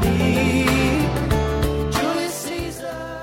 me. Julius Caesar.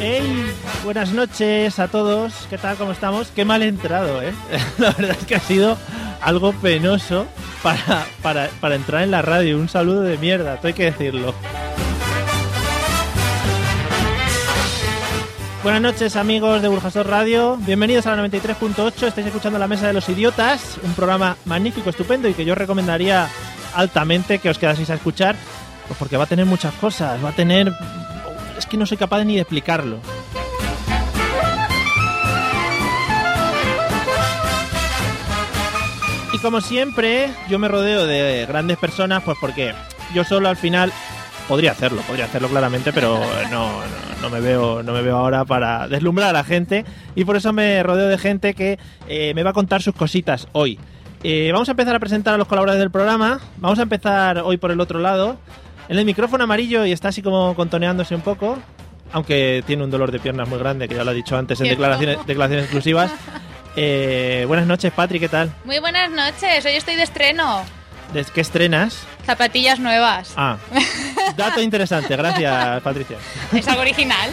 Hey, buenas noches a todos. ¿Qué tal? ¿Cómo estamos? Qué mal he entrado, ¿eh? La verdad es que ha sido algo penoso para, para, para entrar en la radio. Un saludo de mierda, todo hay que decirlo. Buenas noches amigos de Burjasot Radio, bienvenidos a la 93.8, estáis escuchando La Mesa de los Idiotas, un programa magnífico, estupendo y que yo recomendaría altamente que os quedaseis a escuchar, pues porque va a tener muchas cosas, va a tener... Es que no soy capaz ni de explicarlo. Y como siempre, yo me rodeo de grandes personas, pues porque yo solo al final podría hacerlo, podría hacerlo claramente, pero no, no, no me, veo, no me veo ahora para deslumbrar a la gente. Y por eso me rodeo de gente que eh, me va a contar sus cositas hoy. Eh, vamos a empezar a presentar a los colaboradores del programa. Vamos a empezar hoy por el otro lado. En el micrófono amarillo y está así como contoneándose un poco, aunque tiene un dolor de piernas muy grande, que ya lo ha dicho antes en Cierto. declaraciones, declaraciones exclusivas. Eh, buenas noches, Patri, ¿qué tal? Muy buenas noches, hoy estoy de estreno. ¿De- ¿Qué estrenas? Zapatillas nuevas. Ah, dato interesante, gracias Patricia. Es algo original.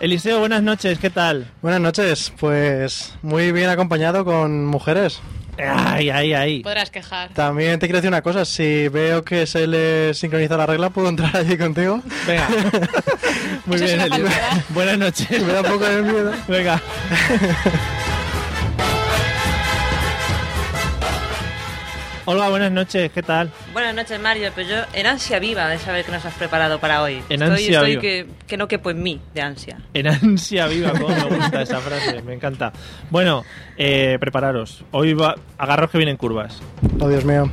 Eliseo, buenas noches, ¿qué tal? Buenas noches, pues muy bien acompañado con mujeres. Ay, ay, ay. Podrás quejar. También te quiero decir una cosa, si veo que se le sincroniza la regla, ¿puedo entrar allí contigo? Venga. Muy Eso es bien, una Eliseo. falsedad. Buenas noches. Me da un poco de miedo. Venga. Olga, buenas noches, ¿qué tal? Buenas noches, Mario. Pues yo, en ansia viva de saber qué nos has preparado para hoy. En estoy, ansia estoy viva. Que, que no quepo en mí, de ansia. En ansia viva, como me gusta esa frase, me encanta. Bueno, eh, prepararos. Hoy va, agarros que vienen curvas. Oh, Dios mío.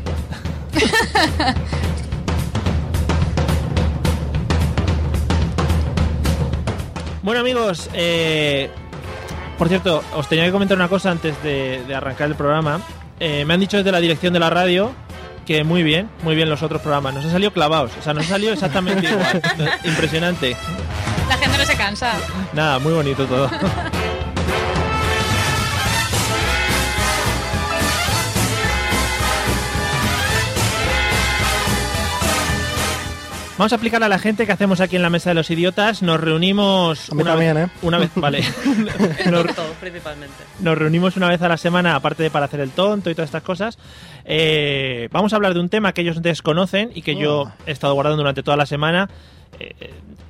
Bueno amigos, eh, por cierto, os tenía que comentar una cosa antes de, de arrancar el programa. Eh, me han dicho desde la dirección de la radio que muy bien, muy bien los otros programas. Nos han salido clavados, o sea, nos ha salido exactamente igual. Impresionante. La gente no se cansa. Nada, muy bonito todo. Vamos a explicarle a la gente qué hacemos aquí en la mesa de los idiotas. Nos reunimos A mí una también, vez, ¿eh? una vez, vale. Nos- Todo, principalmente. nos reunimos una vez a la semana, aparte de para hacer el tonto y todas estas cosas. Eh, vamos a hablar de un tema que ellos desconocen y que yo he estado guardando durante toda la semana. Eh,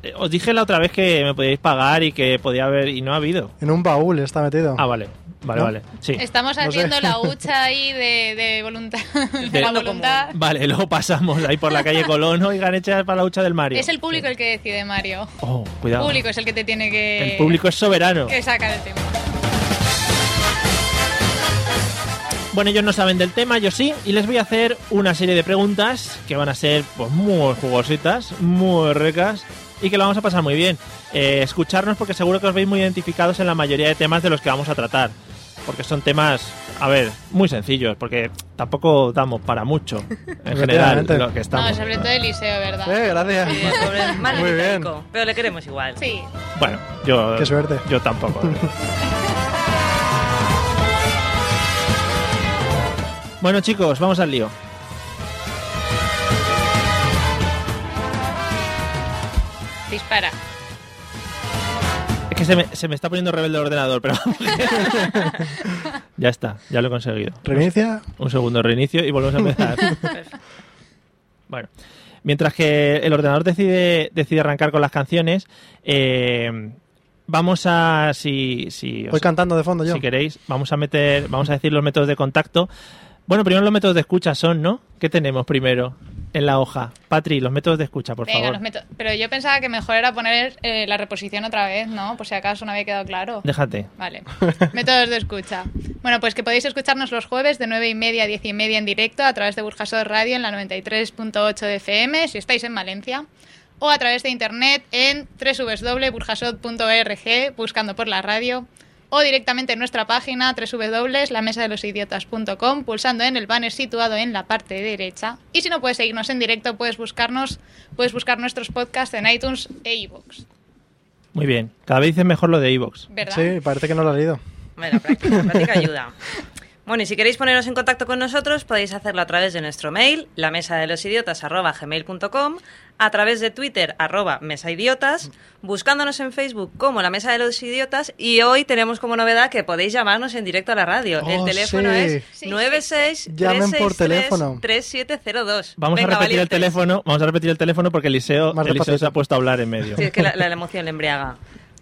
eh, os dije la otra vez que me podíais pagar y que podía haber y no ha habido. En un baúl está metido. Ah, vale, vale, ¿No? vale. Sí. Estamos sé. haciendo la hucha ahí de, de voluntad. De, De- la voluntad. Vale, luego pasamos ahí por la calle Colón y ganecha para la hucha del Mario. Es el público el que decide, Mario. Oh, El cuidado. público es el que te tiene que, El público es soberano. que sacar el tema. Bueno, ellos no saben del tema, yo sí, y les voy a hacer una serie de preguntas que van a ser pues, muy jugositas, muy ricas y que lo vamos a pasar muy bien. Eh, escucharnos porque seguro que os veis muy identificados en la mayoría de temas de los que vamos a tratar, porque son temas, a ver, muy sencillos, porque tampoco damos para mucho en general Efectivamente. lo que estamos. No, sobre todo Eliseo, ¿verdad? Eh, gracias. Eh, pobre, mal Muy bien. británico, Pero le queremos igual. Sí. Bueno, yo. Qué suerte. Yo tampoco. Bueno, chicos, vamos al lío. Dispara. Es que se me, se me está poniendo rebelde el ordenador, pero vamos. ya está, ya lo he conseguido. Reinicia. Un segundo reinicio y volvemos a empezar. bueno, mientras que el ordenador decide, decide arrancar con las canciones, eh, vamos a. Si, si, os- Voy cantando de fondo yo. si queréis, vamos a meter, vamos a decir los métodos de contacto. Bueno, primero los métodos de escucha son, ¿no? ¿Qué tenemos primero en la hoja? Patri, los métodos de escucha, por Venga, favor. los meto. Pero yo pensaba que mejor era poner eh, la reposición otra vez, ¿no? Por si acaso no había quedado claro. Déjate. Vale. Métodos de escucha. Bueno, pues que podéis escucharnos los jueves de 9 y media a 10 y media en directo a través de Burjasot Radio en la 93.8 de FM, si estáis en Valencia, o a través de internet en www.burjasot.org, buscando por la radio, o directamente en nuestra página www.lamesadelosidiotas.com, pulsando en el banner situado en la parte derecha. Y si no puedes seguirnos en directo, puedes buscarnos, puedes buscar nuestros podcasts en iTunes e iVoox, Muy bien. Cada vez dices mejor lo de Evox. ¿verdad? Sí, parece que no lo he leído. Hombre, la práctica, la práctica ayuda. Bueno, y si queréis poneros en contacto con nosotros, podéis hacerlo a través de nuestro mail, la mesa de los idiotas gmail.com, a través de Twitter arroba mesaidiotas, buscándonos en Facebook como la mesa de los idiotas y hoy tenemos como novedad que podéis llamarnos en directo a la radio. Oh, El teléfono sí. es 96 Llamen por teléfono. 3702. Vamos a repetir el teléfono, vamos a repetir el teléfono porque Eliseo, Más Eliseo se despacito. ha puesto a hablar en medio. Sí, es que la, la- la emoción le embriaga.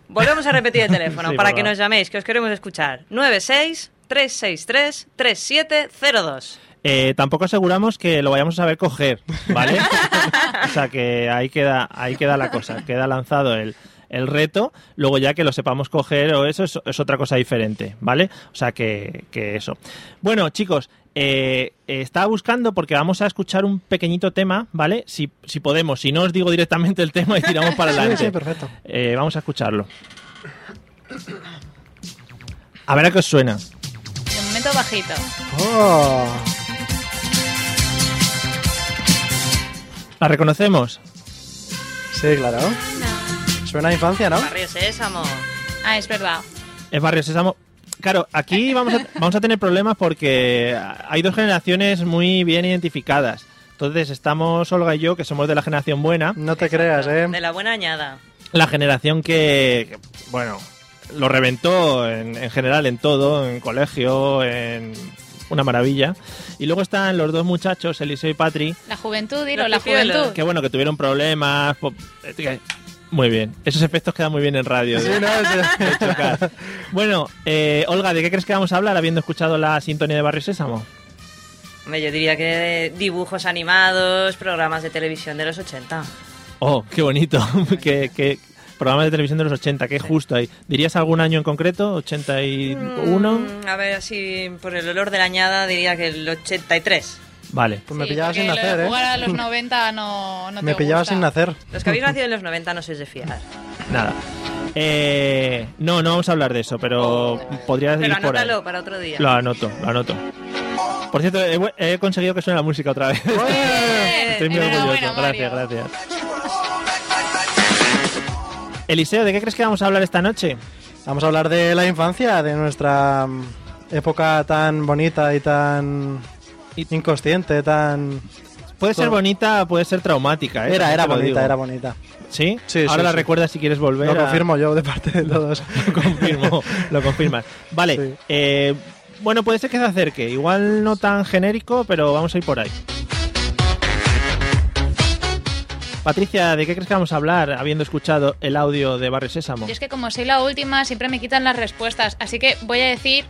Volvemos a repetir el teléfono Sí, para por que favor. nos llaméis, que os queremos escuchar. 96 363 3702. Eh, tampoco aseguramos que lo vayamos a saber coger, ¿vale? o sea que ahí queda, ahí queda la cosa, queda lanzado el, el reto, luego ya que lo sepamos coger o eso es, es otra cosa diferente, ¿vale? O sea que, que eso. Bueno, chicos, eh, eh, estaba buscando porque vamos a escuchar un pequeñito tema, ¿vale? Si, si podemos, si no os digo directamente el tema y tiramos para Sí, adelante. sí, perfecto. Eh, vamos a escucharlo. A ver a qué os suena. De momento bajito. Oh, ¿La reconocemos? sí, claro. Suena a infancia, ¿no? Barrio Sésamo. Ah, es verdad. Es Barrio Sésamo. Claro, aquí vamos a, vamos a tener problemas porque hay dos generaciones muy bien identificadas. Entonces estamos Olga y yo, que somos de la generación buena, No te creas, ¿eh? De la buena añada. la generación que, que, bueno, lo reventó en, en general, en todo, en colegio, en una maravilla. Y luego están los dos muchachos, Eliseo y Patri, La juventud, dilo, Los la pipiolos. juventud. que bueno, que tuvieron problemas. po- Muy bien, esos efectos quedan muy bien en radio. Sí, no, sí. chocar. Bueno, eh, Olga, ¿de qué crees que vamos a hablar habiendo escuchado la sintonía de Barrio Sésamo? Hombre, Yo diría que de dibujos animados, programas de televisión de los 80. Oh, qué bonito. qué, qué programa de televisión de los 80, qué justo ahí. ¿Dirías algún año en concreto? ¿81? Mm, a ver, así por el olor de la añada diría que el 83. Vale. Pues me Sí, pillaba porque sin lo de nacer, ¿eh? Jugar a los 90 no, no Me te pillaba gusta. sin nacer. Los que habéis nacido en los 90 no sois de fiar. Nada. Eh, no, no vamos a hablar de eso, pero podría Pero decir por ahí. anótalo para otro día. Lo anoto, lo anoto. Por cierto, he, vu- he conseguido que suene la música otra vez. Eh, Estoy muy Enhorabuena, orgulloso. Gracias, Mario. gracias. Eliseo, ¿de qué crees que vamos a hablar esta noche? Vamos a hablar de la infancia, de nuestra mm, época tan bonita y tan inconsciente, tan... Puede ser Todo. bonita, puede ser traumática. ¿eh? Era, También era te lo digo. bonita, era bonita. ¿Sí? Sí, Ahora sí, la sí. recuerdas si quieres volver. Lo a- confirmo yo de parte de todos. Lo confirmo, lo confirmas. Vale. Sí. eh, bueno, puede ser que se acerque. Igual no tan genérico, pero vamos a ir por ahí. Patricia, ¿de qué crees que vamos a hablar habiendo escuchado el audio de Barrio Sésamo? Yo es que como soy la última, siempre me quitan las respuestas, así que voy a decir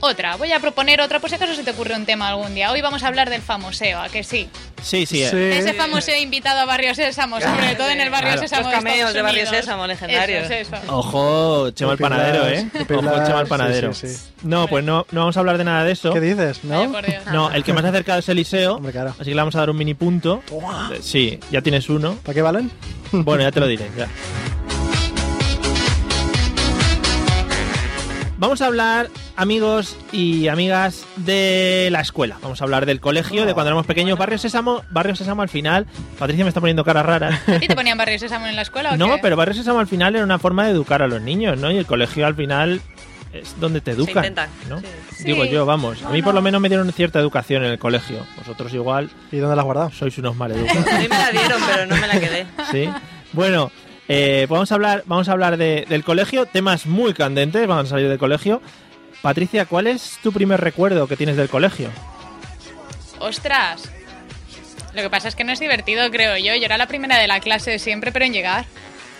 otra. Voy a proponer otra, por si acaso se te ocurre un tema algún día. Hoy vamos a hablar del famoseo, ¿a que sí? Sí, sí. eh. De ese famoseo invitado a Barrio Sésamo, sobre todo en el Barrio Claro. Sésamo Los de Estados cameos de Barrio Unidos. Sésamo, legendarios. Eso es eso. Ojo, Chema el Pilar, panadero, ¿eh? Pilar, Ojo, Chema el sí, panadero. sí, sí. No, pues no, no vamos a hablar de nada de eso. ¿Qué dices? Vaya ¿No? por Dios. No, el que más se ha acercado es Eliseo. Hombre, claro. Así que le vamos a dar un mini punto. Eh, Sí, ya tienes uno. ¿Para qué valen? Bueno, ya te lo diré. ya. Vamos a hablar, amigos y amigas, de la escuela. Vamos a hablar del colegio, de cuando éramos pequeños. Barrio Sésamo, Barrio Sésamo al final. Patricia me está poniendo caras raras. ¿A ti te ponían Barrio Sésamo en la escuela o No, qué? pero Barrio Sésamo al final era una forma de educar a los niños, ¿no? Y el colegio al final es donde te educan. intenta, ¿no? sí. Digo Sí. yo, vamos. A mí por Bueno. lo menos me dieron cierta educación en el colegio. Vosotros igual ¿Y dónde la has guardado? sois unos maleducados. A mí me la dieron, pero no me la quedé. Sí. Bueno, eh, vamos a hablar, vamos a hablar de- del colegio. Temas muy candentes van a salir del colegio. Patricia, ¿cuál es tu primer recuerdo que tienes del colegio? ¡Ostras! Lo que pasa es que no es divertido, creo yo. Yo era la primera de la clase de siempre, pero en llegar.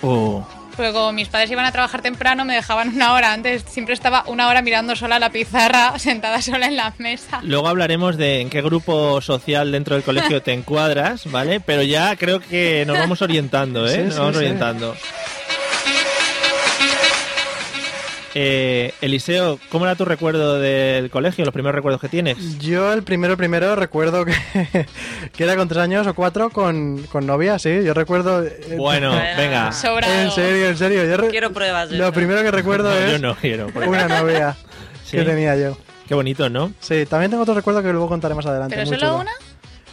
Oh, Porque como mis padres iban a trabajar temprano, me dejaban una hora antes. Siempre estaba una hora mirando sola la pizarra, sentada sola en la mesa. Luego hablaremos de en qué grupo social dentro del colegio te encuadras, ¿vale? Pero ya creo que nos vamos orientando, ¿eh? Sí, nos sí, vamos sí. orientando. Eh, Eliseo, ¿cómo era tu recuerdo del colegio? Los primeros recuerdos que tienes. Yo el primero, primero recuerdo que, que era con tres años o cuatro con, con novia, sí. Yo recuerdo... eh, Bueno, Bueno. venga. Sobrado. En serio, en serio. Yo re- Quiero pruebas. de Lo esto. primero que recuerdo No, yo es no quiero. porque- una novia Sí. que tenía yo. Qué bonito, ¿no? Sí, también tengo otro recuerdo que luego contaré más adelante. ¿Pero muy solo chulo. una?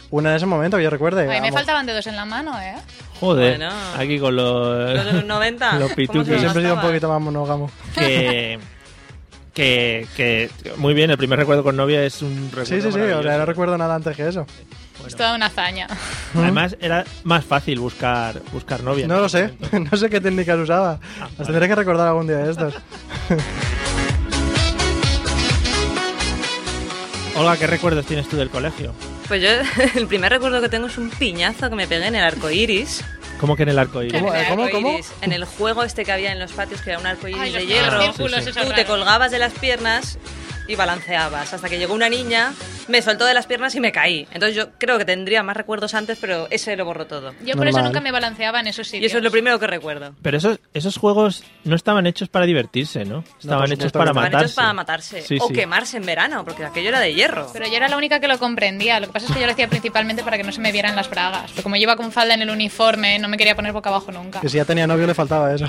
Una en ese momento que yo recuerde. A mí me vamos. faltaban dedos en la mano, ¿eh? Joder, Bueno. aquí con los... Los de los 90. Los ¿cómo se pituquis. Yo los siempre he sido un gastaba? poquito más monógamo. que, que, que... Muy bien, el primer recuerdo con novia es un recuerdo Sí, sí, sí. O sea, maravilloso. no recuerdo nada antes que eso. Es toda una hazaña. Además, era más fácil buscar, buscar novia. No lo sé. No sé qué técnicas Ah, usaba. Los tendré que recordar algún día de estos. Olga, ¿qué recuerdos tienes tú del colegio? Pues yo, el primer recuerdo que tengo es un piñazo que me pegué en el arco iris. ¿Cómo que en el arco En iris? ¿Cómo? el eh, cómo, arco cómo? iris, En el juego este que había en los patios, que era un arco iris Ay, los de círculos, hierro. círculos, Sí, sí. esos Tú te raros. colgabas de las piernas y balanceabas hasta que llegó una niña, me soltó de las piernas y me caí. Entonces yo creo que tendría más recuerdos antes, pero ese lo borró todo. Yo por eso Normal. nunca me balanceaba en esos sitios. Y eso es lo primero que recuerdo. Pero esos, esos juegos no estaban hechos para divertirse, ¿no? Estaban por hechos supuesto para que matarse. no. Estaban hechos para matarse Sí, o sí. quemarse en verano, porque aquello era de hierro. Pero yo era la única que lo comprendía. Lo que pasa es que yo lo hacía principalmente para que no se me vieran las bragas. Pero como yo iba con falda en el uniforme, no me quería poner boca abajo nunca. Que si ya tenía novio le faltaba eso.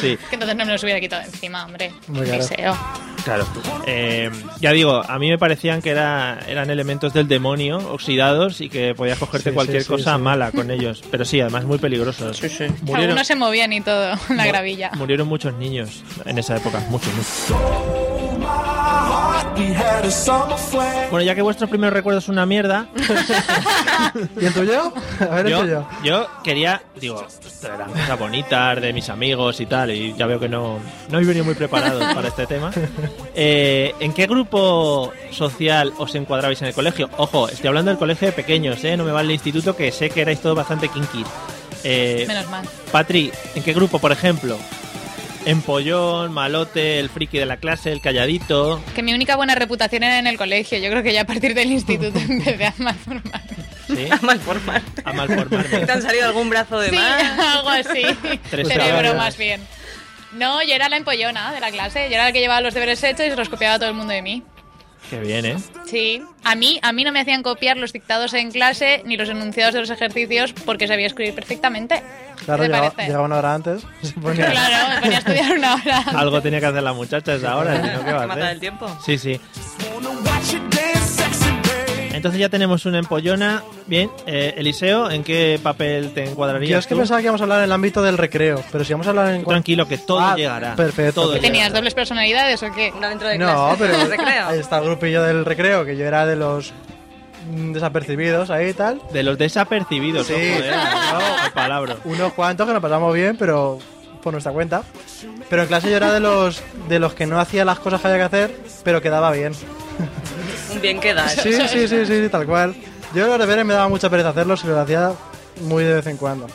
Sí, Que entonces no me los hubiera quitado de encima, hombre. Muy Qué claro. deseo. claro. Eh, ya digo, a mí me parecían que era, eran elementos del demonio oxidados y que podías cogerte Sí, sí, cualquier sí, cosa sí. mala con ellos. Pero sí, además muy peligrosos. Sí, sí. Murieron, Algunos se movían y todo, en la mu- gravilla. murieron muchos niños en esa época. Muchos, muchos. We had a summer fling. Bueno, ya que vuestro primer recuerdo es una mierda, ¿Y el tuyo? A ver, el yo, tuyo. yo quería, digo, de las cosas bonitas de mis amigos y tal, y ya veo que no, no he venido muy preparado para este tema. Eh, ¿En qué grupo social os encuadrabais en el colegio? Ojo, estoy hablando del colegio de pequeños, ¿eh? no me vale el instituto, que sé que erais todos bastante kinky. Eh, Menos mal. Patri, ¿en qué grupo, por ejemplo? Empollón, malote, el friki de la clase, el calladito. Que mi única buena reputación era en el colegio. Yo creo que ya a partir del instituto empecé a malformarme. ¿sí? mal formar. A malformarme. ¿Te han salido algún brazo de Sí, más? algo así. Tres Cerebro caballos. más bien. No, yo era la empollona de la clase. Yo era la que llevaba los deberes hechos y se los copiaba a todo el mundo de mí. Qué bien, ¿eh? Sí, a mí, a mí no me hacían copiar los dictados en clase ni los enunciados de los ejercicios porque sabía escribir perfectamente. Claro, ¿Qué te llegaba, parece? llegaba una hora antes. Se ponía- Claro, me ponía a estudiar una hora. Algo tenía que hacer la muchacha esa hora. si no, ¿qué va a que matar hacer? el tiempo. Sí, sí. Wanna watch you dance, sexy babe. Entonces ya tenemos una empollona. Bien, eh, Eliseo, ¿en qué papel te encuadrarías? Yo es que tú? pensaba que íbamos a hablar en el ámbito del recreo, pero si vamos a hablar en... Tú Tranquilo, que todo Ah, llegará. perfecto. Todo ¿Qué ¿Tenías llegará. dobles personalidades o qué? Una dentro de clase. No, pero de recreo. ahí está el grupillo del recreo, que yo era de los mm, desapercibidos ahí y tal. De los desapercibidos, Sí. ojo, eh, Claro. qué palabra. Unos cuantos que nos pasamos bien, pero por nuestra cuenta. Pero en clase yo era de los, de los que no hacía las cosas que había que hacer, pero quedaba bien. Un bien queda. Sí, sí, sí, sí, sí, tal cual. Yo los deberes me daba mucha pereza hacerlos y los hacía muy de vez en cuando.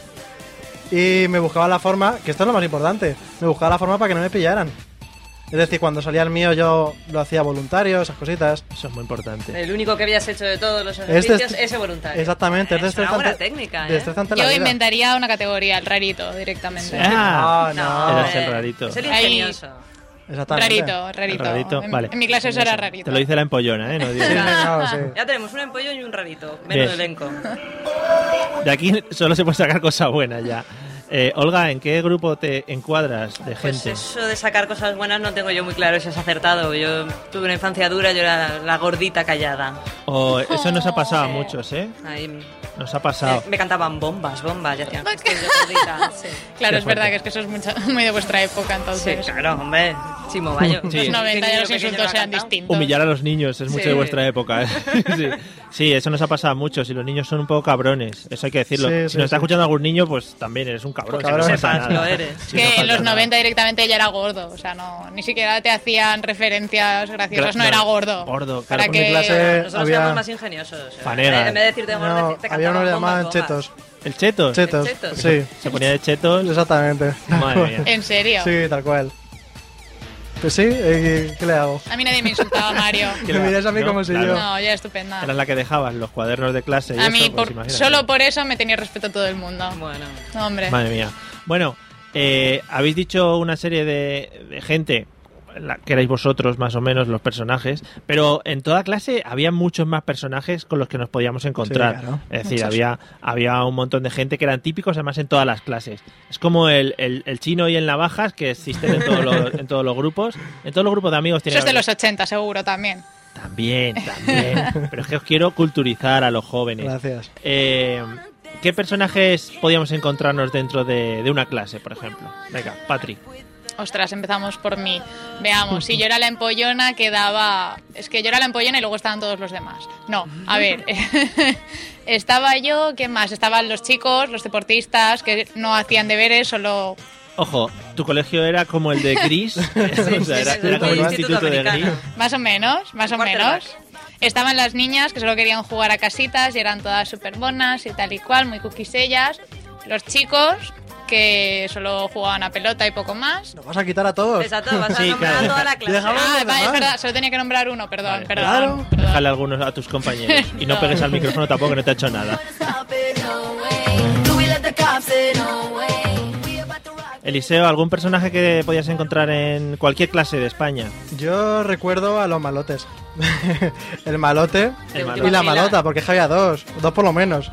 Y me buscaba la forma, que esto es lo más importante, me buscaba la forma para que no me pillaran. Es decir, cuando salía el mío yo lo hacía voluntario, esas cositas. Eso es muy importante. El único que habías hecho de todos los Es ejercicios, dest- ese Eh, voluntario. Exactamente, es Es una destrezante. buena técnica, ¿eh? destreza ante la Yo vida. inventaría una categoría, el rarito, directamente. Ah, Ah, no. Eras hombre, el rarito. Es el Ahí- ingenioso. Exactamente. Rarito, rarito. rarito, En, vale. en mi clase eso era rarito. Te lo dice la empollona, ¿eh? No digo- Sí, claro, sí. Ya tenemos un empollo y un rarito. Bien. Menos elenco. De aquí solo se puede sacar cosas buenas ya. Eh, Olga, ¿en qué grupo te encuadras de Pues gente? eso de sacar cosas buenas no tengo yo muy claro si es acertado. Yo tuve una infancia dura, yo era la gordita callada. O eso nos ha pasado a Oh. muchos, ¿eh? Ahí Nos ha pasado. Me, me cantaban bombas, bombas, y hacían gestos de gordita, sí. Claro, Qué es verdad fuerte. que es que eso es mucho- muy de vuestra época, Sí, entonces. claro, hombre. Chimo Bayo. Sí. Los Es que 90 ya niño los pequeño insultos no ha eran cantado. distintos. Humillar a los niños es mucho Sí. de vuestra época. ¿eh? sí. Sí, eso nos ha pasado mucho. Si los niños son un poco cabrones, eso hay que decirlo. Sí, si sí, nos está sí. escuchando algún niño, pues también eres un cabrón. Porque si no lo pasa sepas, nada. lo eres. Es Si que no pasa en los nada. 90 directamente ya era gordo, o sea, no, ni siquiera te hacían referencias graciosas, no, Gra- era no, gordo. gordo, claro, Para por mi que- clase- Nosotros Había- éramos más ingeniosos. ¿eh? Fanega. En vez de decirte amor, No, decirte había uno que le cantaban llamaban bombas, chetos. El cheto. Chetos. Chetos. Sí, Se ponía de chetos. exactamente. Madre mía. En serio. Sí, tal cual. Pues sí, eh, ¿qué le hago? A mí nadie me insultaba, Mario. ¿Qué Me le miráis a mí haces, como si yo- No, ya estupenda. Era la que dejabas los cuadernos de clase. y A eso, mí, pues, por- imagínate. solo por eso me tenía respeto todo el mundo. Bueno. No, hombre. Madre mía. Bueno, eh, habéis dicho una serie de, de gente la que erais vosotros más o menos los personajes, pero en toda clase había muchos más personajes con los que nos podíamos encontrar. Sí, claro. Es decir, había, había un montón de gente que eran típicos además en todas las clases. Es como el, el- el chino y el navajas que existen en todos los, en todos los grupos. En todos los grupos de amigos tiene Eso es de que haber- los 80, seguro, también. También, también. pero es que os quiero culturizar a los jóvenes. Gracias. Eh, ¿Qué personajes podíamos encontrarnos dentro de, de una clase, por ejemplo? Venga, Patrick. Ostras, empezamos por mí. Veamos, si yo era la empollona que daba... Es que yo era la empollona y luego estaban todos los demás. No, a ver. Estaba yo, ¿qué más? Estaban los chicos, los deportistas, que no hacían deberes, solo... Ojo, tu colegio era como el de Gris. O sea, era, sí, sí, era como el el Instituto instituto de Gris. Americano. Más o menos, más o Quarterback. menos. Estaban las niñas que solo querían jugar a casitas y eran todas súper bonas y tal y cual, muy cookies ellas. Los chicos que solo jugaban a pelota y poco más. ¿Nos vas a quitar a todos? Exacto, vas a Sí, nombrar claro. a toda la clase. Dejaba- Ah, los vale, es demás. verdad, solo tenía que nombrar uno, perdón, Vale, perdón. claro. perdón. Déjale algunos a tus compañeros. Y no No. pegues al micrófono tampoco, que no te ha hecho nada. Eliseo, ¿algún personaje que podías encontrar en cualquier clase de España? Yo recuerdo a los malotes. el malote El última y la fila. malota, porque es que había dos, dos por lo menos.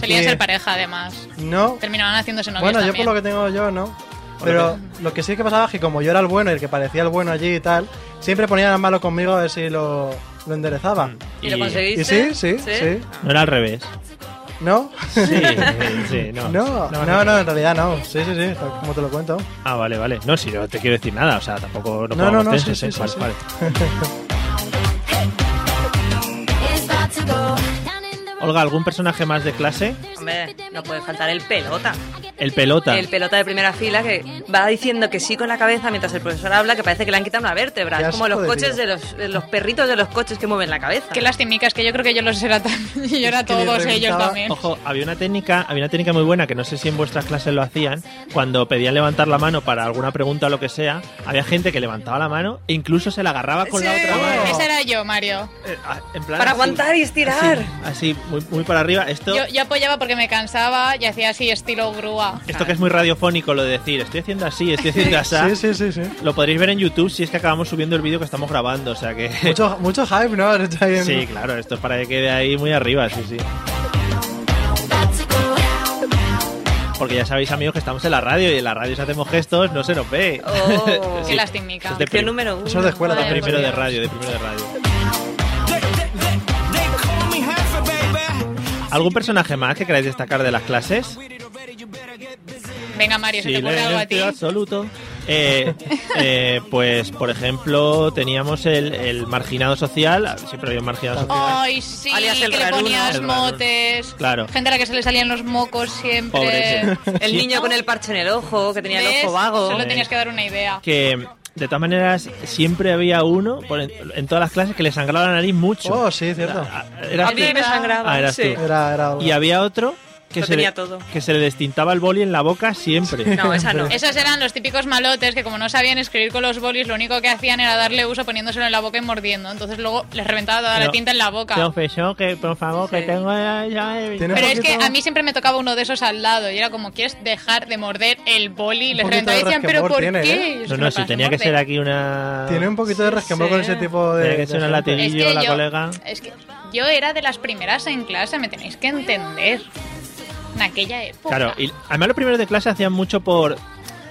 Solían Que- ser pareja, además. No. Terminaban haciéndose novios Bueno, yo también. por lo que tengo yo, no. Pero lo que sí que pasaba es que como yo era el bueno y el que parecía el bueno allí y tal, siempre ponían al malo conmigo a ver si lo, lo enderezaba. ¿Y lo conseguiste? Y sí, sí, sí. No era al revés. ¿No? Sí, sí, sí, no. No, no, no, en realidad no. Sí, sí, sí, tal como te lo cuento. Ah, vale, vale. No, si no te quiero decir nada, o sea, tampoco no No, pongamos no, no, tensos, sí, ¿eh? sí, Vale, sí, vale. Olga, ¿algún personaje más de clase? Hombre, no puede faltar el pelota. El pelota. El pelota de primera fila que va diciendo que sí con la cabeza mientras el profesor habla, que parece que le han quitado una vértebra. Qué Es como los asco de coches tío. de los, de los perritos de los coches que mueven la cabeza. Qué lastimicas, que yo creo que yo los era también. Yo era que le todos ellos reventaba- también. Ojo, había una técnica, había una técnica muy buena que no sé si en vuestras clases lo hacían, cuando pedían levantar la mano para alguna pregunta o lo que sea, había gente que levantaba la mano e incluso se la agarraba con la Sí. otra mano. Esa era yo, Mario. Eh, ah, en plan Para así, aguantar y estirar. Así, así, muy, muy para arriba. Esto, Yo, yo apoyaba porque me cansaba y hacía así estilo grúa. esto que es muy radiofónico lo de decir, estoy haciendo así, estoy haciendo así. Sí, sí, sí, sí. Lo podréis ver en YouTube si es que acabamos subiendo el vídeo que estamos grabando, o sea que... Mucho, mucho hype, ¿no? Está bien. Sí, claro, esto es para que quede ahí muy arriba, sí, sí. Porque ya sabéis, amigos, que estamos en la radio y en la radio si hacemos gestos no se nos ve. Oh, Qué lastimica. Es de Lección prim- número uno. Eso es de escuela, de Madre primero de mía. radio, de primero de radio. They, they, they, they call me half a baby. ¿Algún personaje más que queráis destacar de las clases? Venga, Mario, se te ocurre algo a ti. Silencio absoluto. Eh, eh, pues, por ejemplo, teníamos el, el marginado social. Siempre había un marginado social. Ay, sí, Alias el que le raruno. ponías El raruno. motes. Claro. Gente a la que se le salían los mocos siempre. Pobre ese. El niño con el parche en el ojo, que tenía ¿Ves? el ojo vago. Solo tenías que dar una idea. Que, de todas maneras, siempre había uno por en, en todas las clases que le sangraba la nariz mucho. Oh, sí, cierto. Eras A mí tú. me sangraba. Ah, eras sí. tú. Era, era algo. Y había otro que, Lo se le, tenía todo. que se le destintaba el boli en la boca siempre. No, esa no. Esos eran los típicos malotes que como no sabían escribir con los bolis, lo único que hacían era darle uso poniéndoselo en la boca y mordiendo. Entonces luego les reventaba toda la Pero- tinta en la boca. Profesor, que por favor, que Sí. tengo. ya- ya- eh, Tiene Pero un es que poquito- a mí siempre me tocaba uno de esos al lado y era como, ¿quieres dejar de morder el boli? Y les Un poquito reventaba y de ¿eh? decían, ¿pero resquemor por tiene, qué? Y yo, No, "Me no, parece si tenía que morder". ser aquí una. Tiene un poquito de resquemor con ese tipo de. Tiene que de ser una gente. latería. Es Yo, que, la yo, colega. es que yo era de las primeras en clase, me tenéis que entender. En aquella época. Claro, y además los primeros de clase hacían mucho por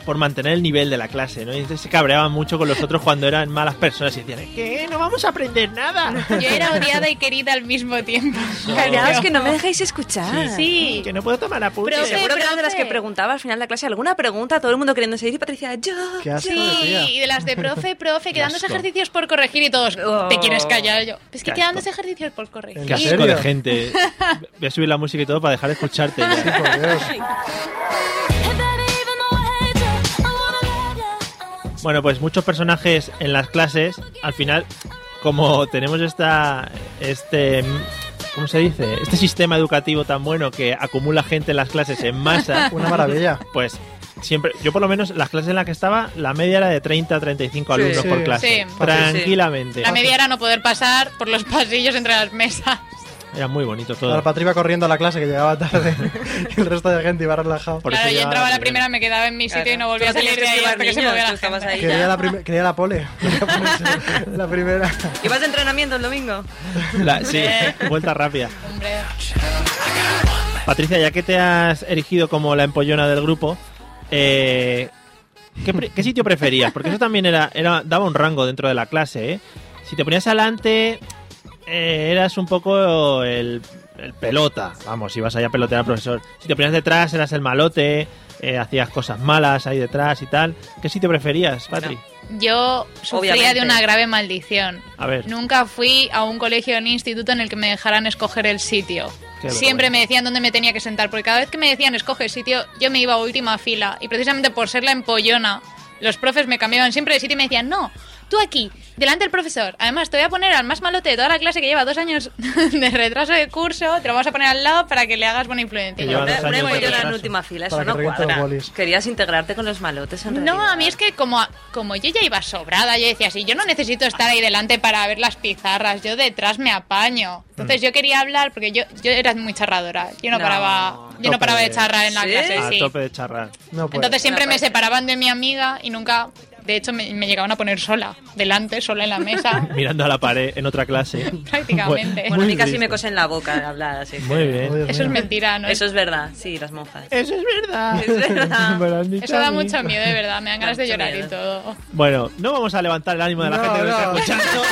por mantener el nivel de la clase, ¿no? Y entonces se cabreaban mucho con los otros cuando eran malas personas y decían, ¿qué? No vamos a aprender nada. Yo era odiada y querida al mismo tiempo. Callaos, que no me dejáis escuchar. Sí. Que no puedo tomar apuntes. Profe, Seguro que eras de las que profe. preguntaba al final de la clase alguna pregunta, todo el mundo queriéndose decir, Patricia, yo. Qué asco Sí, decía. y de las de profe, profe, quedándose ejercicios por corregir y todos. Te quieres callar yo. Es que Qué asco. quedándose ejercicios por corregir. Qué ¿En asco serio? de gente. Voy a subir la música y todo para dejar de escucharte. ya. Sí, por Dios. Bueno, pues muchos personajes en las clases, al final, como tenemos esta. este. ¿Cómo se dice? Este sistema educativo tan bueno que acumula gente en las clases en masa. Una maravilla. Pues siempre. Yo, por lo menos, las clases en las que estaba, la media era de 30 a 35 alumnos Sí. por clase. Sí. Tranquilamente. La media era no poder pasar por los pasillos entre las mesas. Era muy bonito todo. Ahora Patri iba corriendo a la clase que llegaba tarde. el resto de gente iba relajado. Por claro, eso yo ya- entraba a la primera, me quedaba en mi sitio y no volvía a salir de ahí hasta que se movía la estabas gente. ahí. Quería ya. la, prim- quería la pole. Quería ponerse la primera. ¿Ibas de entrenamiento el domingo? La- sí, vuelta rápida. Hombre. Patricia, ya que te has erigido como la empollona del grupo, eh, ¿qué, pre- qué sitio preferías? Porque eso también era, era daba un rango dentro de la clase. ¿eh? Si te ponías adelante, eh, eras un poco el, el pelota. Vamos, ibas allá a pelotear al profesor. Si te ponías detrás, eras el malote, eh, hacías cosas malas ahí detrás y tal. ¿Qué sitio preferías, Patri? Yo sufría Obviamente. de una grave maldición. A ver. Nunca fui a un colegio o un instituto en el que me dejaran escoger el sitio. Qué Siempre vergüenza. me decían dónde me tenía que sentar, porque cada vez que me decían escoge sitio, yo me iba a última fila. Y precisamente por ser la empollona, los profes me cambiaban siempre de sitio y me decían, no, tú aquí, delante del profesor. Además, te voy a poner al más malote de toda la clase que lleva dos años de retraso de curso, te lo vamos a poner al lado para que le hagas buena influencia. Que lleva Una dos años de empollona en retraso. última Para fila, eso que no revienten los cuadra. bolis. Querías integrarte con los malotes en realidad. No, a mí es que como, como yo ya iba sobrada, yo decía, si yo no necesito estar ahí delante para ver las pizarras, yo detrás me apaño. Entonces yo quería hablar porque yo, yo era muy charradora. Yo no, No. paraba, yo Tope. no paraba de charrar en la ¿Sí? clase, A sí. tope de charrar. No puede. Entonces siempre Una me parte. separaban de mi amiga y nunca, de hecho, me, me llegaban a poner sola, delante, sola en la mesa, Mirando a la pared en otra clase. prácticamente. Bueno, a mí Muy casi triste. me cosen la boca al hablar, así que- Muy bien. Oh, Dios Eso es mío. mentira, ¿no? Eso es verdad, sí, las monjas. Eh. Eso es verdad. Es verdad. Me lo han dicho Eso da a mí. mucho miedo, de verdad. Me dan Da ganas de mucho llorar y miedo. todo. Bueno, no vamos a levantar el ánimo de la No, gente que nos está no. escuchando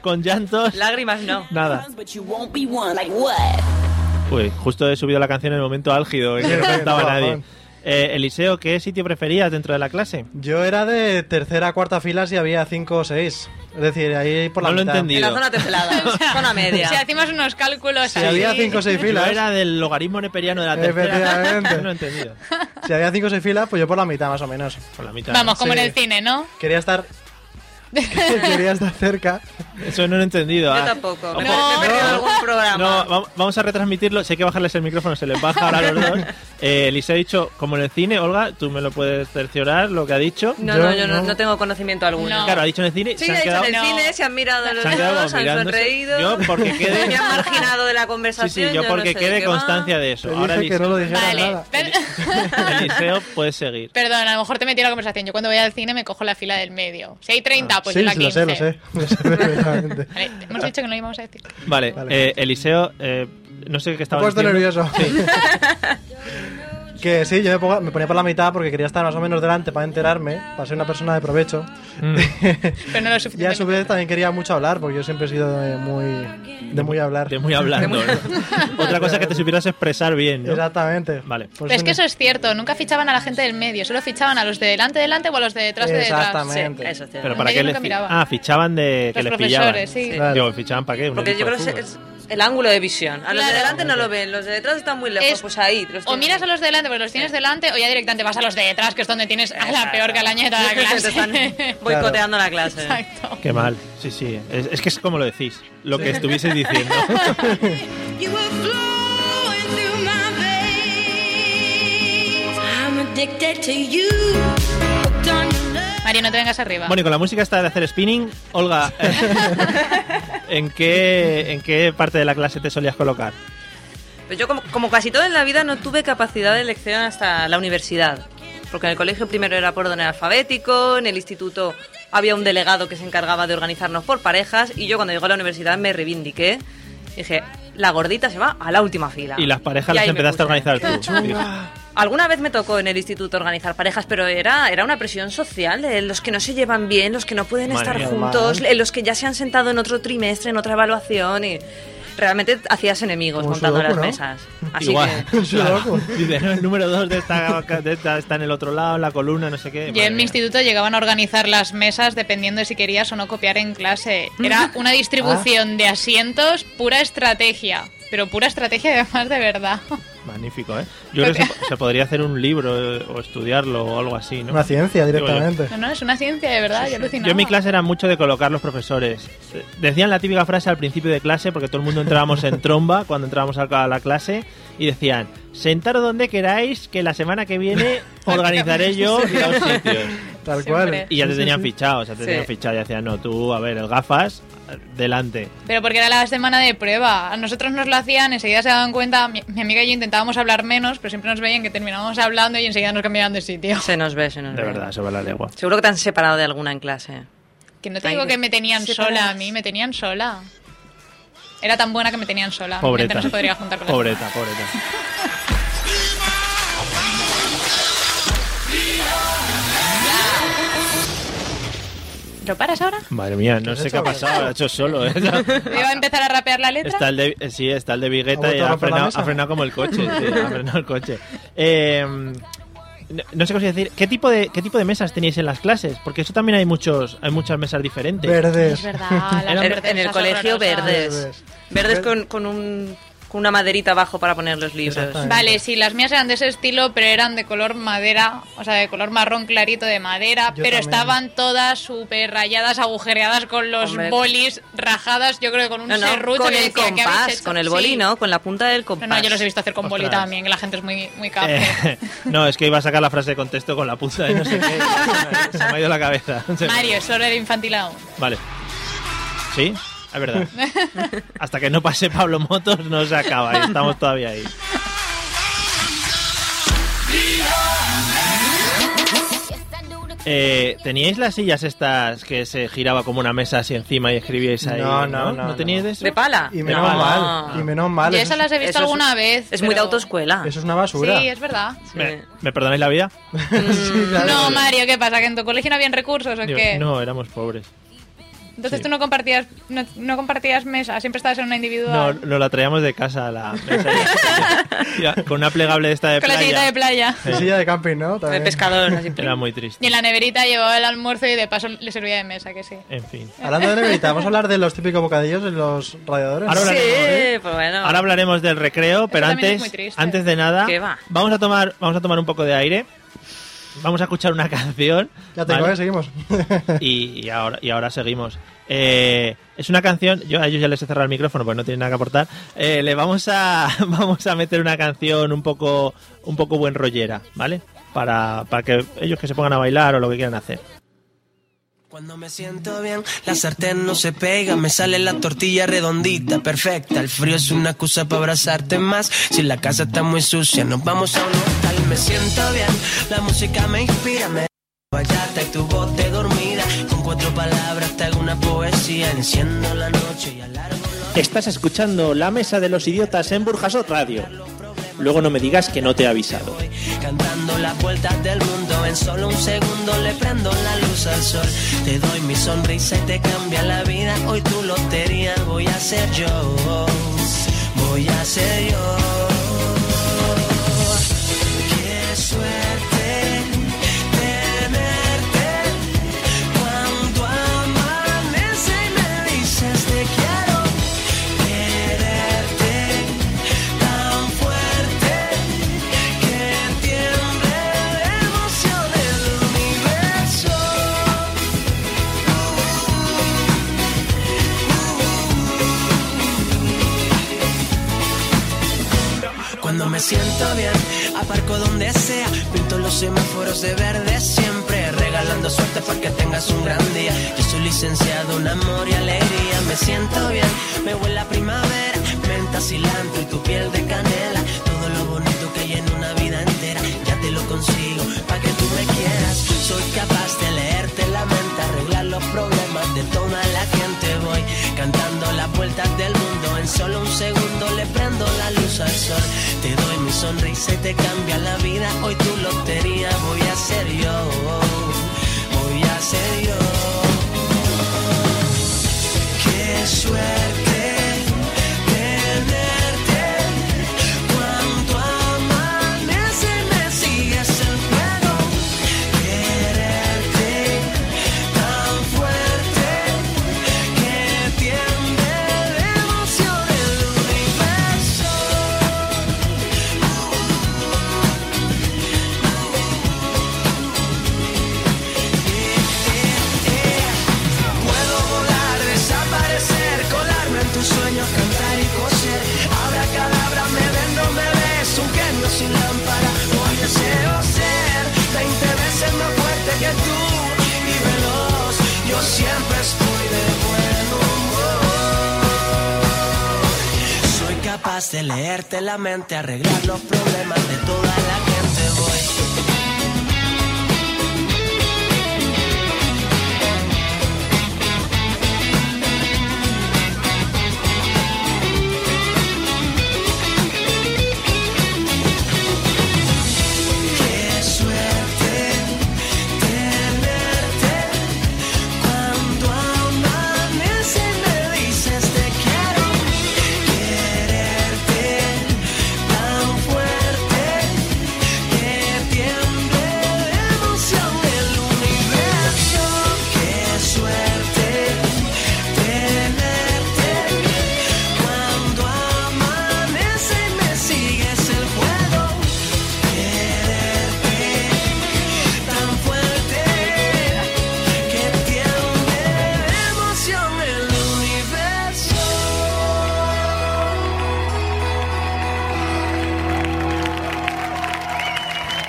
con llantos. Lágrimas no. Nada. But you won't be one. Like what? Uy, justo he subido la canción en el momento álgido en que no cantaba Por favor. nadie. Eh, Eliseo, ¿qué sitio preferías dentro de la clase? Yo era de tercera a cuarta fila si había cinco o seis. Es decir, ahí por la No lo he mitad. entendido. En la zona tecelada, zona media. Si hacemos unos cálculos Si así- había cinco o seis Yo filas. era del logaritmo neperiano de la tercera. Efectivamente. No lo he entendido. Si había cinco o seis filas, pues yo por la mitad más o menos. Por la mitad. Vamos, como Sí. en el cine, ¿no? Quería estar. quería estar cerca. Eso no lo he entendido. Yo Ah, tampoco. ojo. Me, me he perdido No. algún programa. No, va- vamos a retransmitirlo. Sé que bajarles el micrófono se les baja ahora a los dos. Eh, Eliseo ha dicho, como en el cine, Olga, tú me lo puedes cerciorar lo que ha dicho. No, Yo no, yo no, no. no tengo conocimiento alguno. No. Claro, ha dicho en el cine. Sí, se ha han dicho quedado en el quedado- cine, se han mirado los Se han quedado dos, han mirándose. sonreído. Yo porque quede- Me han marginado de la Sí, conversación. sí, yo no porque sé de quede qué va. constancia de Te eso. Ahora dije que no lo dijera Vale. nada. Eliseo, Eliseo puede seguir. Perdón, a lo mejor te metí en la conversación. Yo cuando voy al cine me cojo la fila del medio. Si hay 30, pues Ah, sí, yo la 15. lo sé, lo sé. Lo sé perfectamente. Vale, hemos dicho que no lo íbamos a decir. Vale, Vale. eh, Eliseo, eh, no sé qué Me he estaba puesto diciendo. nervioso. que sí, yo me, pongo- me ponía por la mitad porque quería estar más o menos delante para enterarme, para ser una persona de provecho. Mm. Pero no lo y a su suficiente. vez también quería mucho hablar porque yo siempre he sido de muy, de muy hablar. De muy hablando. ¿no? Otra cosa es que te supieras expresar bien, ¿no? Exactamente. Vale. Pues Pero es sí, que eso es cierto. Nunca fichaban a la gente del medio. Solo fichaban a los de delante, delante o a los de detrás, de detrás. Sí, Exactamente. eso es cierto. Pero para Yo qué nunca les fi- miraba. Ah, fichaban de que Los les pillaban. profesores, sí. Claro. Digo, fichaban para qué? Un Porque yo equipo creo de que fútbol. es es el ángulo de visión. A los de Claro. delante no lo ven, los de detrás están muy lejos. Es- Pues ahí. los O tienen. miras a los de delante, pues los tienes delante, o ya directamente vas a los de detrás, que es donde tienes a la peor calaña de toda la Te están clase. boicoteando la clase. Exacto. Qué mal. Sí, sí. Es, es que es como lo decís, lo que estuvieses diciendo. You were flowing through my veins. I'm addicted to you. Hooked on your love. Mario, no te vengas arriba. bueno, y con la música esta de hacer spinning, Olga, eh, ¿en, qué, ¿en qué parte de la clase te solías colocar? Pero Pues yo, como, como casi todo en la vida, no tuve capacidad de elección hasta la universidad. Porque en el colegio primero era por orden alfabético, en el instituto había un delegado que se encargaba de organizarnos por parejas, y yo cuando llegó a la universidad me reivindiqué. Dije, la gordita se va a la última fila. Y las parejas Y las ahí me empezaste a puse. organizar tú. Alguna vez me tocó en el instituto organizar parejas, pero era, era una presión social, eh, los que no se llevan bien, los que no pueden Madre estar mía, juntos, man. eh, los que ya se han sentado en otro trimestre, en otra evaluación y realmente hacías enemigos Como montando Sudoku, las ¿no? mesas. Así "Ah, Igual. que Sudoku. Dice, el número 2 de esta, de esta está en el otro lado, la columna, no sé qué. Yo Madre en mi mía. instituto llegaban a organizar las mesas dependiendo de si querías o no copiar en clase. Era una distribución de asientos, pura estrategia. Pero pura estrategia además de verdad. Magnífico, ¿eh? Yo creo que se, se podría hacer un libro eh, o estudiarlo o algo así, ¿no? Una ciencia directamente. No, no, es una ciencia de verdad, yo alucinaba. Yo en mi clase era mucho de colocar los profesores. Eh, Decían la típica frase al principio de clase, porque todo el mundo entrábamos en tromba cuando entrábamos a la a la clase, y decían, sentaros donde queráis, que la semana que viene organizaré yo los sitios. Siempre. Tal cual. Y ya te Sí, tenían sí, sí. fichado, o sea, te Sí. tenían fichado, ya decían, no, tú, a ver, el gafas, delante. Pero porque era la semana de prueba. A nosotros nos lo hacían, enseguida se daban cuenta, mi, mi amiga y yo intentábamos hablar menos, pero siempre nos veían que terminábamos hablando y enseguida nos cambiaban de sitio. se nos ve, se nos De ve. verdad, sobre la lengua. Seguro que te han separado de alguna en clase. Que no te Ay, digo que me tenían separadas. sola a mí, me tenían sola. Era tan buena que me tenían sola. Mi mente Pobreta. No se podría juntar con las Pobreta, pobreta. ¿Lo paras ahora? Madre mía, no sé qué ha pasado, lo ha hecho solo. ¿eh? ¿Me iba a empezar a rapear la letra? Está el de, eh, sí, está el de ¿Ha Vigueta y vuelto a ha romper la frenado, mesa? ha frenado como el coche. sí, ha frenado el coche. Eh, no, no sé qué os iba a decir. ¿Qué tipo, de, ¿Qué tipo de mesas teníais en las clases? Porque eso también hay muchos hay muchas mesas diferentes. Es Verdes. verdad, las En- verdes, en el las colegio, horrorosas. verdes. Verdes Ver- con, con, un, con una maderita abajo para poner los libros. Exactamente. Vale, sí, las mías eran de ese estilo, pero eran de color madera, o sea, de color marrón clarito de madera, Yo pero también. estaban todas súper rayadas, agujereadas con los Hombre. bolis rajadas, yo creo que con un No, no, serrucho. con yo el decía, ¿qué habéis compás, hecho? con el Sí. boli, ¿no? Con la punta del No, compás. no, yo los he visto hacer con boli Ostras. también, que la gente es muy, muy café. Eh, no, es que iba a sacar la frase de contexto con la punta de no sé qué. Se me ha ido la cabeza. Se me- Mario, solo era infantil aún. Vale. ¿Sí? Es verdad. Hasta que no pase Pablo Motos no se acaba. y Estamos todavía ahí. Eh, ¿Teníais las sillas estas que se giraba como una mesa así encima y escribíais ahí? No, no, no, ¿No, no. teníais de eso? ¿De pala? Ah. Y me- menos Vale. mal. Y menos mal. Yo eso esas las he visto Eso es- alguna vez. Es muy de pero- autoescuela. Eso es una basura. Sí, es verdad. ¿Me, me perdonáis la vida? Sí, claro. No, Mario, ¿qué pasa? ¿Que en tu colegio no habían recursos o Digo, qué? No, éramos pobres. Entonces sí. tú no compartías, no, no compartías mesa, siempre estabas en No, una individual. nos la traíamos de casa a la mesa. Ya, Con una plegable esta de con la sillita playa. de playa. Y Silla de camping, ¿no? De También. pescador, así. Era muy triste. Y en la neverita llevaba el almuerzo y de paso le servía de mesa, que sí. En fin. Hablando de neverita, vamos a hablar de los típicos bocadillos en los radiadores. Ahora Sí, hablaremos, ¿eh? pues bueno. Ahora hablaremos del recreo, pero también es antes, muy triste. antes de nada, ¿Qué va? vamos a tomar, vamos a tomar un poco de aire. Vamos a escuchar una canción. Ya tengo, ¿vale? ¿eh? Seguimos. y, y ahora, y ahora seguimos. Eh, es una canción, yo a ellos ya les he cerrado el micrófono, pues no tienen nada que aportar. Eh, le vamos a, vamos a meter una canción un poco, un poco buen rollera, ¿vale? Para, para que ellos que se pongan a bailar o lo que quieran hacer. Cuando me siento bien, la sartén no se pega, me sale la tortilla redondita, perfecta. El frío es una excusa para abrazarte más. Si la casa está muy sucia, nos vamos a un hotel. Me siento bien, la música me inspira, me vallata y tu voz de dormida. Con cuatro palabras te hago una poesía, enciendo la noche y alargo los Estás escuchando La Mesa de los Idiotas en Burjasot Radio. Luego no me digas que no te he avisado. voy cantando las vueltas del mundo. En solo un segundo le prendo la luz al sol. Te doy mi sonrisa y te cambia la vida. Hoy tu lotería voy a ser yo. Voy a ser yo. Qué suerte tenerte cuando amanece y me dices te quiero. Quererte tan fuerte que tiemble de emoción el universo. Cuando me siento bien, aparco donde sea, pinto los semáforos de verde siempre, regalando suerte para que tengas un gran día. Yo soy licenciado en amor y alegría, me siento bien, me huele a primavera, menta, cilantro y tu piel de canela, todo lo bonito que hay en una vida entera, ya te lo consigo para que tú me quieras. Soy capaz de leerte la mente, arreglar los problemas de toda la gente. Voy cantando las vueltas del mundo. En solo un segundo le prendo la luz al sol. Te doy mi sonrisa y te cambia la vida. Hoy tu lotería voy a ser yo. Voy a ser yo. Qué suerte. tenerte. Cuando amanece me sigues el juego. Quererte tan fuerte que tiende de emoción el universo. Puedo volar, desaparecer, colarme en tus sueños, cantar y coser. Abra cadabra, me vendo, me ves, un genio sin lámpara. Hoy deseo ser 20 veces más fuerte que tú y veloz. Yo siempre estoy de buen humor. Soy capaz de leerte la mente, arreglar los problemas de toda la gente. Voy. Qué suerte tenerte cuando amanece me dices te quiero quererte tan fuerte que tiemble de emoción el universo qué suerte tenerte cuando amanece me sigues el juego tan fuerte que tiende de emoción el universo.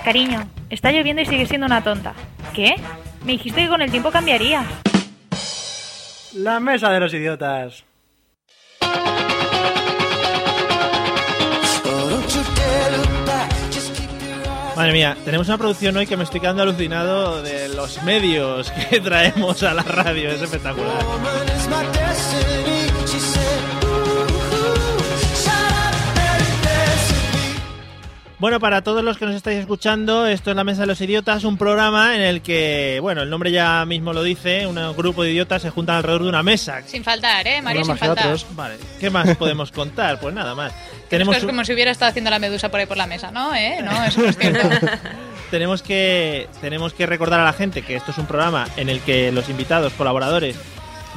Cariño, está lloviendo y sigues siendo una tonta. ¿Qué? Me dijiste que con el tiempo cambiarías. La mesa de los idiotas. Madre mía, tenemos una producción hoy que me estoy quedando alucinado de los medios que traemos a la radio. Es espectacular. Bueno, para todos los que nos estáis escuchando, esto es La Mesa de los Idiotas, un programa en el que, bueno, el nombre ya mismo lo dice, un grupo de idiotas se juntan alrededor de una mesa. Sin faltar, ¿eh? Mario, Uno sin más que faltar. otros. Vale, ¿qué más podemos contar? Pues nada más. Tenemos Esto es un- como si hubiera estado haciendo la medusa por ahí por la mesa, ¿no? ¿Eh? No, eso no es cierto. tenemos que tenemos que recordar a la gente que esto es un programa en el que los invitados colaboradores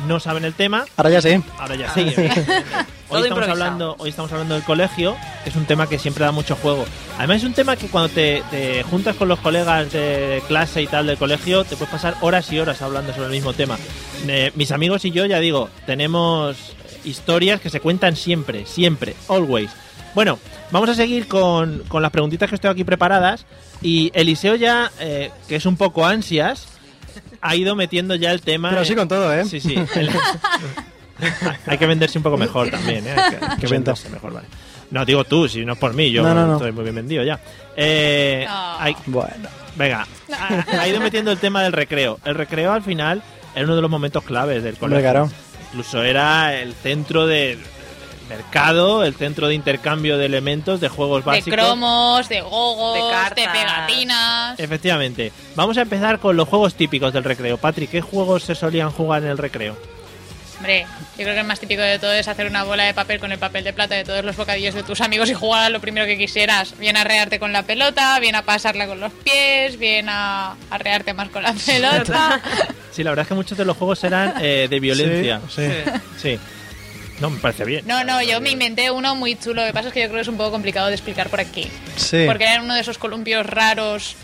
no saben el tema Ahora ya sí. ahora ya sí hoy Ah, Todo estamos improvisado. hablando hoy estamos hablando del colegio que es un tema que siempre da mucho juego además es un tema que cuando te, te juntas con los colegas de clase y tal del colegio te puedes pasar horas y horas hablando sobre el mismo tema Eh, mis amigos y yo ya digo tenemos historias que se cuentan siempre siempre always bueno, vamos a seguir con, con las preguntitas que os tengo aquí preparadas. Y Eliseo ya, eh, que es un poco ansias, ha ido metiendo ya el tema. Pero en- sí con todo, ¿eh? Sí, sí. El- Hay que venderse un poco mejor también, ¿eh? Hay que, hay que Lo siento. venderse mejor, vale. No, digo tú, si no es por mí, yo No, no, no. estoy muy bien vendido ya. Eh, No. hay- Bueno. venga, ha, ha ido metiendo el tema del recreo. El recreo al final era uno de los momentos claves del colegio. Hombre, claro. Incluso era el centro de del mercado, el centro de intercambio de elementos, de juegos De básicos. cromos, de gogos, De cartas. de pegatinas. Efectivamente. Vamos a empezar con los juegos típicos del recreo. Patrick, ¿qué juegos se solían jugar en el recreo? Hombre, yo creo que el más típico de todo es hacer una bola de papel con el papel de plata de todos los bocadillos de tus amigos y jugar a lo primero que quisieras. Bien a rearte con la pelota, bien a pasarla con los pies, bien a arrearte más con la pelota. Sí, la verdad es que muchos de los juegos eran eh, de violencia. Sí, sí. Sí. No, me parece bien. No, no, yo me inventé uno muy chulo. Lo que pasa es que yo creo que es un poco complicado de explicar por aquí. Sí. Porque eran uno de esos columpios raros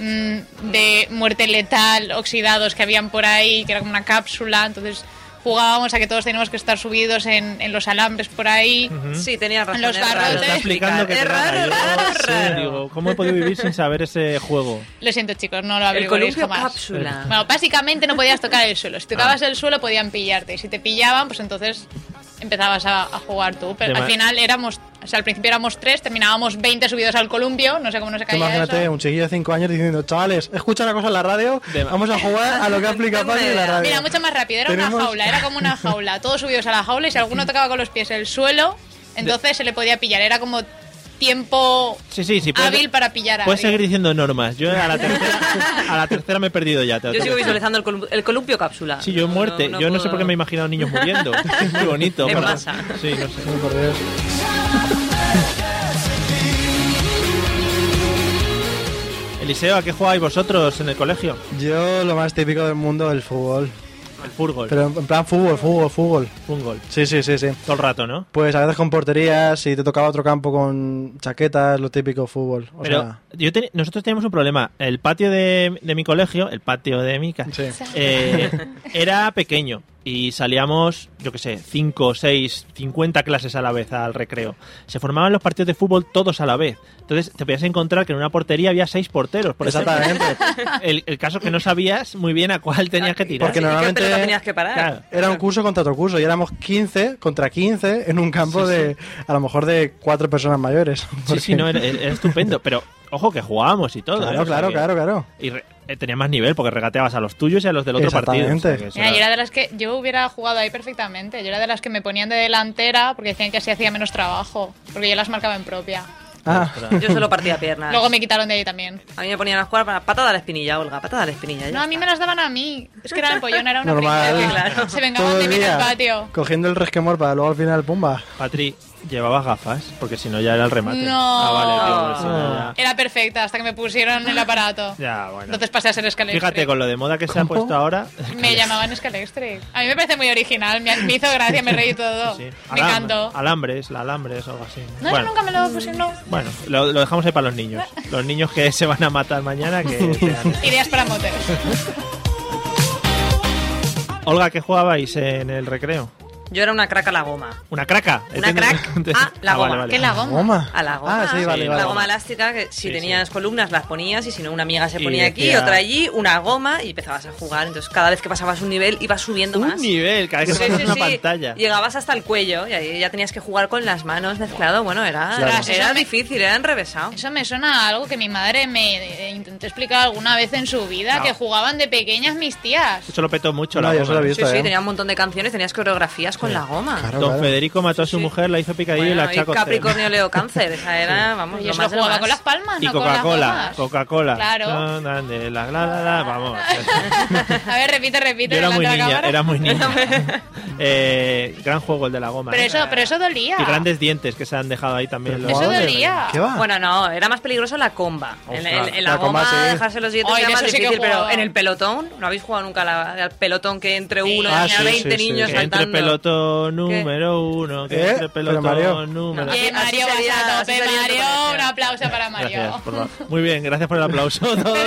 mm, de muerte letal, oxidados que habían por ahí, que era como una cápsula. Entonces jugábamos a que todos teníamos que estar subidos en, en los alambres por ahí. Sí, tenías razón. Los es raro barrotes. Lo de está explicando explicar. que te es raro, gana. Yo raro, sí, raro. digo, ¿cómo he podido vivir sin saber ese juego? Lo siento, chicos, no lo El averiguaréis columpio jamás. cápsula. Bueno, básicamente no podías tocar el suelo. Si tocabas el suelo podían pillarte. Y si te pillaban, pues entonces empezabas a, a jugar tú. Pero Tema- al final éramos, o sea, al principio éramos tres, terminábamos 20 subidos al columpio. No sé cómo no se Tú caía imagínate eso. un chiquillo de 5 años diciendo, chavales, escucha una cosa en la radio, De- vamos a jugar a lo que ha aplicado Paco en la radio. Mira, mucho más rápido. Era Tenemos- una jaula, era como una jaula. Todos subidos a la jaula y si alguno tocaba con los pies el suelo, entonces se le podía pillar. Era como tiempo Sí, sí, sí. Puedes, hábil para pillar a puedes seguir alguien. diciendo normas. Yo a la tercera, a la tercera me he perdido ya. te lo Yo tengo sigo que decir. visualizando el, colu- el columpio cápsula. Sí, yo en No, muerte. yo no sé puedo- por qué me he imaginado niños muriendo. Es muy bonito. En pero- masa. Sí, no sé. Ay, por Dios. Eliseo, ¿a qué jugáis vosotros en el colegio? Yo lo más típico del mundo, el fútbol. El fútbol. Pero en plan fútbol, fútbol, fútbol. Fútbol. Sí, sí, sí, sí. Todo el rato, ¿no? Pues a veces con porterías, si te tocaba otro campo con chaquetas, lo típico fútbol. O Pero sea, yo teni- nosotros teníamos un problema. El patio de, de mi colegio, el patio de mi casa, sí. eh, era pequeño y salíamos, yo qué sé, 5, 6, 50 clases a la vez al recreo. Se formaban los partidos de fútbol todos a la vez. Entonces te podías encontrar que en una portería había seis porteros. Por ejemplo. Exactamente. El, el caso es que no sabías muy bien a cuál tenías que tirar. Porque ¿Y qué normalmente- pelota tenías que parar? Claro. Era un curso contra otro curso y éramos 15 contra 15 en un campo de, a lo mejor, de cuatro personas mayores. Sí, sí, no, era, era estupendo. Pero ojo que jugábamos y todo. ¿eh? Claro, O sea claro, que- claro, claro. Y re- eh, tenías más nivel porque regateabas a los tuyos y a los del otro partido. O sea, que eso Mira, yo era- era de las que yo hubiera jugado ahí perfectamente. Yo era de las que me ponían de delantera porque decían que así hacía menos trabajo, porque yo las marcaba en propia. Ah, Yo solo partía piernas. Luego me quitaron de ahí también. A mí me ponían a jugar para patada a la espinilla, Olga, patada a la espinilla. ya No, a mí me está. las daban a mí. Es que era el pollón, era una Normal. princesa. Claro. Se todo vengaban de el mí en el día patio. cogiendo el resquemor para luego al final, pumba. Patri, llevabas gafas porque si no ya era el remate. No. Ah, vale, tío, pues si no Ah. ya- Era perfecta hasta que me pusieron el aparato. Ya, bueno. Entonces pasé a ser escalextric. Fíjate con lo de moda que se ha ¿Cómo? puesto ahora. Me llamaban escalextric. A mí me parece muy original. Me, me hizo gracia, me reí todo. Sí. Me Alam- encantó. Alambres, la alambres o algo así. No, bueno, nunca me lo pusieron. no. bueno lo, lo dejamos ahí para los niños. Los niños que se van a matar mañana. que sean- Ideas para moteros. Olga, ¿qué jugabais en el recreo? Yo era una crack a la goma. ¿Una craca? Una crack a la ah, vale, goma. vale. ¿Qué es la goma? Goma. A la goma. Ah, sí, vale, Sí, La vale. goma elástica, que si Sí, tenías columnas las ponías y si no, una amiga se Y ponía aquí, decía- otra allí, una goma y empezabas a jugar. Entonces, cada vez que pasabas un nivel, ibas subiendo Un más. nivel, cada vez que Sí, pones sí, una sí. pantalla. Llegabas hasta el cuello y ahí ya tenías que jugar con las manos mezclado. Bueno, era, Claro. era- era difícil, era enrevesado. Eso me suena a algo que mi madre me eh, intentó explicar alguna vez en su vida, No. que jugaban de pequeñas mis tías. Eso lo petó mucho No, la yo goma. solo he Sí, visto, sí, ¿eh? tenía un montón de canciones, tenías coreografías con la goma. Claro, Don claro. Federico mató a su Sí, sí. mujer, la hizo picadillo y Bueno, la y chacó. Capricornio Leo Cáncer, esa era, vamos, Y lo eso más lo de lo jugaba más. con las palmas, y no con Coca-Cola, las gomas. Coca-Cola. Claro. No, no, de la, la, la, la, vamos. A ver, repite, repite. Yo era muy delante de la niña, cámara. era muy niña. Eh, gran juego el de la goma. Pero ¿eh? eso, pero eso dolía. Y grandes dientes que se han dejado ahí también. Pero los- Eso madre, dolía. ¿Qué va? Bueno, no, era más peligroso la comba. En, en- en Ah. la, La goma, comba, sí. dejarse los dientes Ay, era de más eso sí que difícil, pero jugaba. en el pelotón, ¿no habéis jugado nunca la- al pelotón que entre uno Ah, y sí, 20 sí, sí. niños que entre saltando? pelotón número uno, que ¿Eh? entre Pero pelotón Mario. número Bien, Así- Mario, así vas sería- a así tope, sería tu Mario. conexión. Un aplauso para Mario. Gracias, por favor. Muy bien, gracias por el aplauso. todos.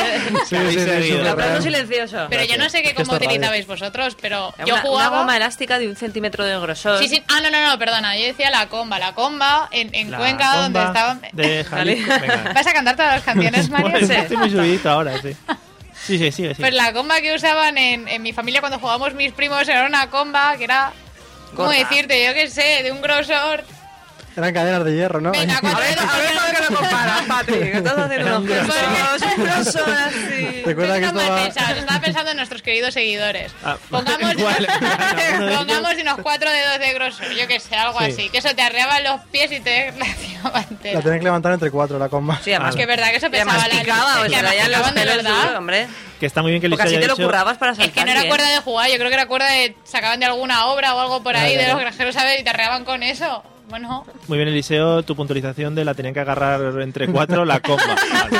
Sí, sí, sí, seguido. El sí, aplauso silencioso. Pero yo no sé qué cómo Esto es radio. utilizabais vosotros, pero Era yo una, jugaba. una goma elástica de un centímetro de grosor. Sí, sí. Ah, no, no, no, perdona. Yo decía la comba. La comba en, en La Cuenca, donde bomba estaban. De Jalisco. Venga. ¿Vas a cantar todas las canciones, Pues Mario? Bueno, Sí. estoy muy subidito ahora, sí. Sí, sí, sigue, sigue. Pues la comba que usaban en, en mi familia cuando jugábamos mis primos era una comba que era. ¿Cómo Gorda. decirte? Yo qué sé, de un grosor. Eran cadenas de hierro, ¿no? Venga, A cuatro ver, a ver con lo que lo comparas, Patrick. Estás haciendo unos grosor. gestos, un grosor así. Recuerda que Estaba esto mal va- pensado, estaba pensando en nuestros queridos seguidores. Ah, Pongamos, igual, uno de pongamos unos cuatro dedos de grosor, yo que sé, algo Sí. así. Que eso te arreaba los pies y te vaciaba entera. La tienen que levantar entre cuatro, la comba. Sí, además Es que es verdad que eso que te pesaba la masticaba, o leche, sea, que ya los masticaban de pelos verdad. duros, hombre. Que está muy bien que les Porque así haya te lo hecho- currabas para saltar Es que no era bien. cuerda de jugar, yo creo que era cuerda de. Sacaban de alguna obra o algo por ahí de los granjeros, ¿sabes? Y te arreaban con eso. Bueno, Muy bien, Eliseo, tu puntualización de la tenían que agarrar entre cuatro la comba. Vale.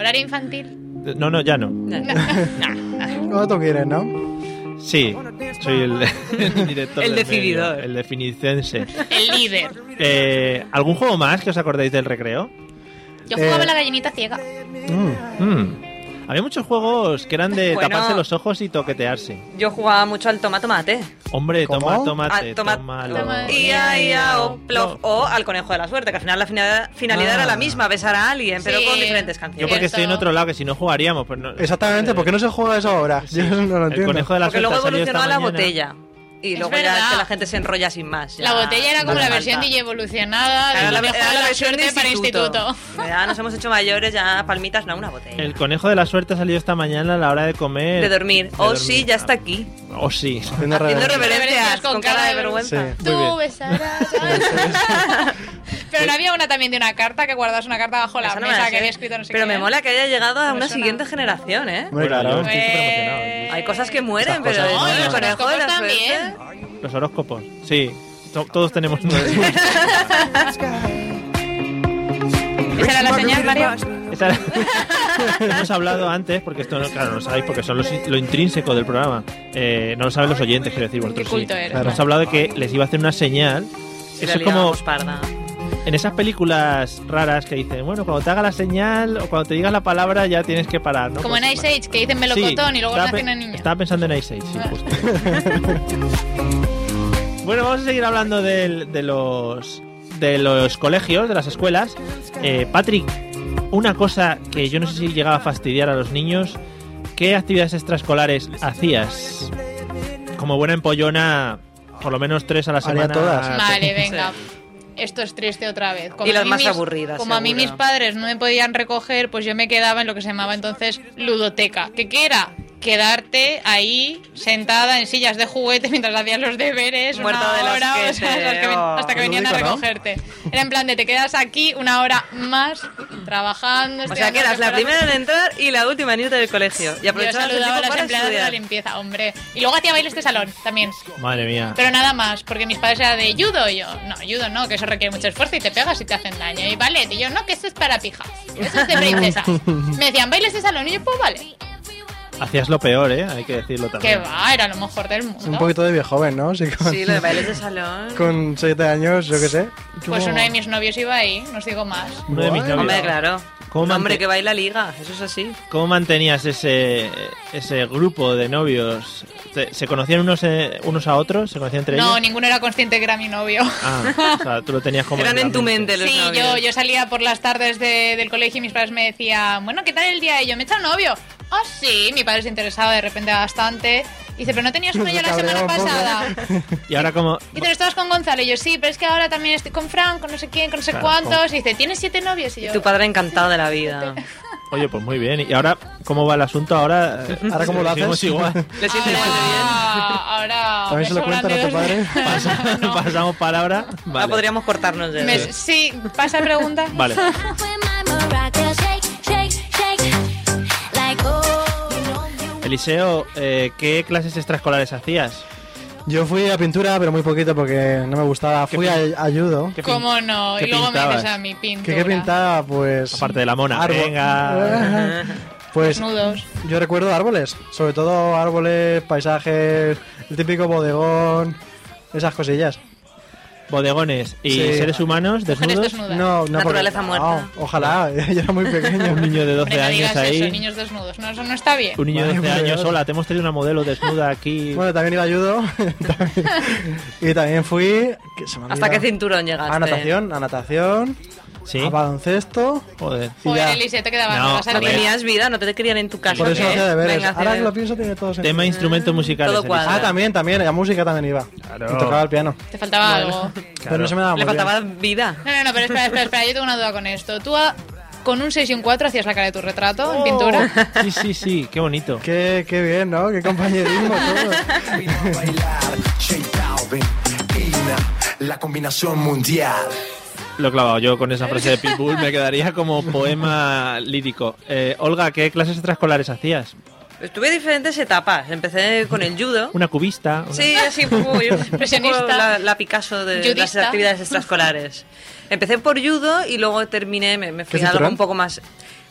horario infantil. No, no, ya no. ¿Cómo tú quieres, no? Sí, soy el, el director. del medio, El decididor. el definicense. El líder. Eh, ¿Algún juego más que os acordéis del recreo? Yo jugaba Eh, la gallinita ciega. Mm. Hmm. Había muchos juegos que eran de Bueno. taparse los ojos y toquetearse. Yo jugaba mucho al toma tomate. Hombre, toma, ¿Cómo? tomate, Al Ah, toma- tómalo. Toma- Ia, ia, o, oh, plof, o al conejo de la suerte, que al final la fina- finalidad Ah. era la misma, besar a alguien, pero Sí. con diferentes Yo canciones. porque Cierto. estoy en otro lado, que si no jugaríamos. Pues no, Exactamente, ¿por qué no se juega eso ahora? Yo eso no lo El entiendo. conejo de la Porque luego suerte ha salido evolucionó a esta la mañana. botella. Y Es luego ya verdad. que la gente se enrolla sin más. ya La botella era como no la hace versión falta. DJ evolucionada. Era la, de era la versión de suerte para instituto. Ya nos hemos hecho mayores, ya palmitas, no una botella. El conejo de la suerte ha salido esta mañana a la hora de comer. De dormir. De Oh, dormir. sí, ya está aquí. Oh, sí. Haciendo Haciendo reverencia. reverencias con cara de vergüenza. vergüenza. Sí. Tú Muy bien. besarás. a- Pero Pero no había una también de una carta que guardas una carta bajo la Esa no me la mesa sé. que había escrito no sé Pero qué. me mola que haya llegado a Me una suena. siguiente generación, ¿eh? Hombre, claro. Pues- Hay cosas que mueren, Estas pero cosas el mueren. conejo de la Horóscopos también. suerte- Los horóscopos. Sí. To- Todos tenemos uno de esos. ¿Esa era la señal, Mario? Esa era- Hemos hablado antes, porque esto, no- claro, no lo sabéis, porque son los- lo intrínseco del programa. Eh, no lo saben los oyentes, quiero decir, vosotros Qué culto sí. eres, Hemos Mario. hablado de que les iba a hacer una señal. Si la Eso es como liábamos parda. en esas películas raras que dicen, bueno, cuando te haga la señal o cuando te digas la palabra ya tienes que parar, ¿no? Pues Como en Ice Age, que dicen Sí, melocotón y luego estaba nacen pe- una niña. Estaba pensando en Ice Age, sí, justo. bueno, vamos a seguir hablando del- de los de los colegios, de las escuelas. Eh, Patrick, una cosa que yo no sé si llegaba a fastidiar a los niños, ¿qué actividades extraescolares hacías? Como buena empollona, por lo menos tres a la Haría semana. todas. Vale, venga. Esto es triste otra vez. Como Y las a mí más mis- aburridas, Como a mí seguro. mis padres no me podían recoger, pues yo me quedaba en lo que se llamaba entonces ludoteca. ¿Qué que era? Quedarte ahí sentada en sillas de juguete mientras hacías los deberes Muerta una de los hora que o sea, te- hasta, que, ven- oh. hasta que venían a Lúdico, ¿no? recogerte. Era en plan de te quedas aquí una hora más trabajando. O sea, estudiando que eras lo la fuera. primera en entrar y la última en irte del colegio. Y Yo aprovechabas el saludaba a tiempo las para empleadas de la estudiar. limpieza, hombre. Y luego hacía bailes de salón también. Madre mía. Pero nada más, porque mis padres eran de judo y yo, no, judo no, que eso requiere mucho esfuerzo y te pegas y te hacen daño. Y ballet, y yo, no, que eso es para pijas, eso es de princesas. Me decían, bailes de salón y yo, pues vale. Hacías lo peor, ¿eh? Hay que decirlo Que también. va, era lo mejor del Es un mundo. poquito de viejo joven, ¿no? Sí, con, Sí, lo de bailes de salón. con siete años, yo qué sé. Pues uno de mis novios iba ahí, no os digo más. Uno de mis Guay. novios. Hombre, claro. ¿Cómo Un hombre mante- que baila liga, eso es así. ¿Cómo mantenías ese, ese grupo de novios? ¿Te- ¿Se conocían unos, eh, unos a otros? ¿Se conocían entre No, ellos? ninguno era consciente que era mi novio. Ah, o sea, tú lo tenías como. Eran en tu la mente los Sí, novios. yo, yo salía por las tardes de- del colegio y mis padres me decían, bueno, ¿qué tal el día? Y yo, me he echado novio. Ah, sí, mi padre se interesaba de repente bastante. Dice, pero no tenías uno Se ya la cabreaba semana un poco. pasada. Y ahora, como. Y te lo estabas con Gonzalo. Y yo, sí, pero es que ahora también estoy con Fran, con no sé quién, con no sé Claro, cuántos. Y dice, ¿tienes siete novios? Y yo, Tu padre encantado de la vida. Oye, pues muy bien. ¿Y ahora cómo va el asunto? Ahora. eh, ¿Ahora cómo lo seguimos haces? igual. Le siento igual de bien. ahora, "Ah, ahora ¿También se lo me cuentan a tu sobran dedos. padre? Pasa- Pasamos palabra. Ahora Vale. podríamos cortarnos de Me- sí, pasa pregunta. Vale. Eliseo, eh, ¿qué clases extraescolares hacías? Yo fui a pintura, pero muy poquito porque no me gustaba. ¿Qué Fui a, pin- a judo. ¿Qué pin- ¿Cómo no? qué Y luego me pintabas? dices a mi pintura. ¿Qué, qué pintaba? Pues... Aparte de la mona. árbol- Venga. Pues Desnudos. yo recuerdo árboles. Sobre todo árboles, paisajes, el típico bodegón, esas cosillas. Bodegones y Sí. seres humanos Mujeres desnudos. desnudas. No, no Naturaleza porque- muerta. no, ojalá, yo era muy pequeño. Un niño de 12 Hombre, no años digas ahí. eso, niños desnudos. No, eso no está bien. Un niño de Madre 12 mía. años sola, te hemos traído una modelo desnuda aquí. Bueno, también iba a judo. también- y también fui... que se me ha Hasta qué olvidado. cinturón llegaste. A Ah, natación, a natación, sí. a baloncesto. Joder. y ya. Joder, Elise, te quedabas No, no, No joder. tenías vida, no te querían en tu casa. Por eso ¿qué? no hacía deberes. Venga, Ahora que hacía- lo pienso tiene todo sentido. Tema instrumentos musicales. Todo cuadra. Ah, también, también, la música también iba. Claro. Y tocaba el piano. Te faltaba algo. Pero no se me daba muy Le bien. faltaba vida. No, no, no, pero espera, espera, espera, yo tengo una duda con esto. Tú ah, con un 6 y un 4 hacías la cara de tu retrato Oh. en pintura. Elisa. Sí, sí, sí, qué bonito. Qué, qué bien, ¿no? Qué compañerismo todo. La combinación mundial. Lo he clavado yo con esa frase de Pitbull, me quedaría como poema lírico. Eh, Olga, ¿qué clases extraescolares hacías? Estuve en diferentes etapas. Empecé con el judo. ¿Una cubista? Una- Sí, así fui. Impresionista. La, la Picasso de las Judista. actividades extraescolares. Empecé por judo y luego terminé, me, me fui ¿Qué a algo cinturón? un poco más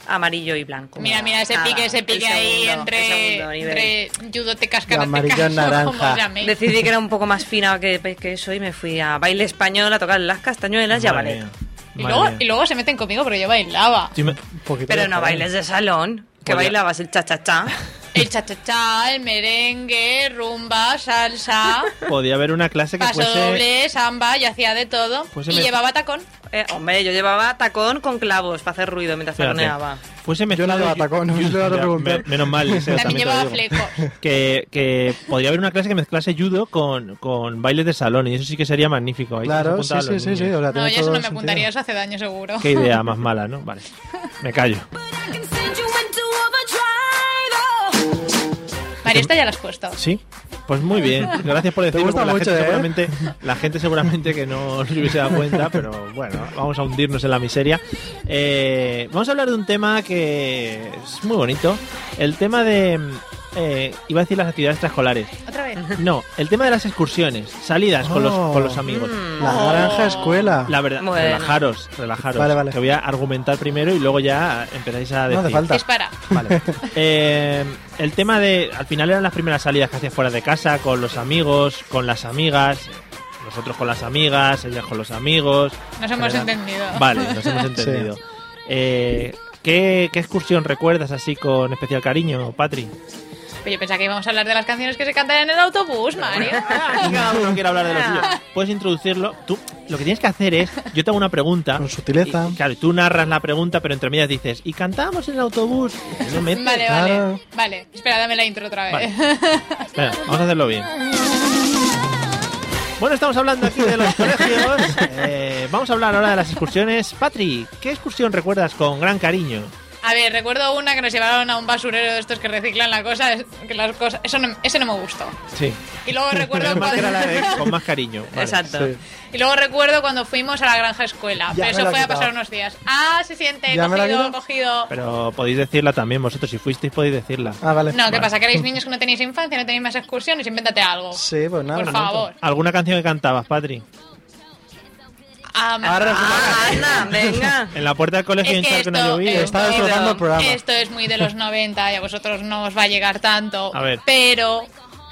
amarillo y blanco. Mira, mira, ese Nada, pique, ese el pique ahí segundo, el entre, segundo nivel. entre judotecas, De amarillo karatecas, a o como naranja. os llaméis. Decidí que era un poco más fina que, que eso y me fui a baile español a tocar las castañuelas y a Madre ballet. mía, Y madre luego, mía. y luego se meten conmigo porque yo bailaba. Sí, me- Un poquito Pero de no joder. bailes de salón, Pues que Podía- bailabas el cha-cha-cha. El cha-cha-cha, el merengue, rumba, salsa, Podía haber una clase que paso fuese... doble, samba, yo hacía de todo. fuese Y me- llevaba tacón. Eh, hombre, yo llevaba tacón con clavos para hacer ruido mientras Espérate. taconeaba. Fuese Yo no mezclado... llevaba tacón, no me lo vas a Ya, preguntar. me- menos mal, Eliseo, También te lo llevaba digo. flecos. Que, que podría haber una clase que mezclase judo con, con bailes de salón y eso sí que sería magnífico. Ahí se Claro, sí, apuntaban sí, los sí, sí. niños. O sea, No, tiene yo eso todo no el me sentido. apuntaría, eso hace daño seguro. Qué idea más mala, ¿no? Vale, me callo. Ariesta ya la has puesto. Sí. Pues muy bien, gracias por Te decirlo. gusta porque la mucho, gente ¿eh? seguramente, la gente seguramente que no se hubiese dado cuenta, pero bueno, vamos a hundirnos en la miseria. Eh, vamos a hablar de un tema que es muy bonito, el tema de eh, iba a decir las actividades extraescolares. Otra vez. No, el tema de las excursiones, salidas con los Oh. con los amigos. La granja escuela. La verdad, Bueno. relajaros, relajaros. Vale, vale. Que voy a argumentar primero y luego ya empezáis a No decir. hace falta. Dispara. Vale. Eh, el tema de. Al final eran las primeras salidas que hacía fuera de casa, con los amigos, con las amigas. Nosotros con las amigas, ellas con los amigos. Nos hemos General- entendido. Vale, nos hemos entendido. Eh, ¿qué, qué excursión recuerdas así con especial cariño, Patri? Pero yo pensaba que íbamos a hablar de las canciones que se cantan en el autobús, Mario. no quiero hablar de los suyos. Ah. Puedes introducirlo. Tú lo que tienes que hacer es, yo te hago una pregunta. Con sutileza. claro, y tú narras la pregunta, pero entre medias dices, y cantábamos en el autobús. No Este, me- Vale, vale. Vale, espera, dame la intro otra vez. Espera, vamos a hacerlo bien. Bueno, estamos hablando aquí de los colegios. Eh, vamos a hablar ahora de las excursiones. Patri, ¿qué excursión recuerdas con gran cariño? A ver, recuerdo una que nos llevaron a un basurero de estos que reciclan la cosa, es- que las cosas, eso no- ese no me gustó. Sí. Y luego recuerdo Más que era cuando, la de con más cariño. Vale. Exacto. Sí. y luego recuerdo cuando fuimos a la granja escuela, pero Ya me eso la fue he a pasar quitado. unos días. Ah, se siente Ya me la he cogido, quitado. cogido. Pero podéis decirla también vosotros. Si fuisteis, podéis decirla. Ah, vale. No, ¿qué pasa? Que erais niños que no tenéis infancia, no tenéis más excursiones, invéntate algo. Sí, pues nada. Por bonito. favor. ¿Alguna canción que cantabas, Patri? Am- Anda, venga. En la puerta del colegio Es que hinchar que no esto- llovía. esto- Está destrozando el programa. Esto es muy de los 90 y a vosotros no os va a llegar tanto. A ver. Pero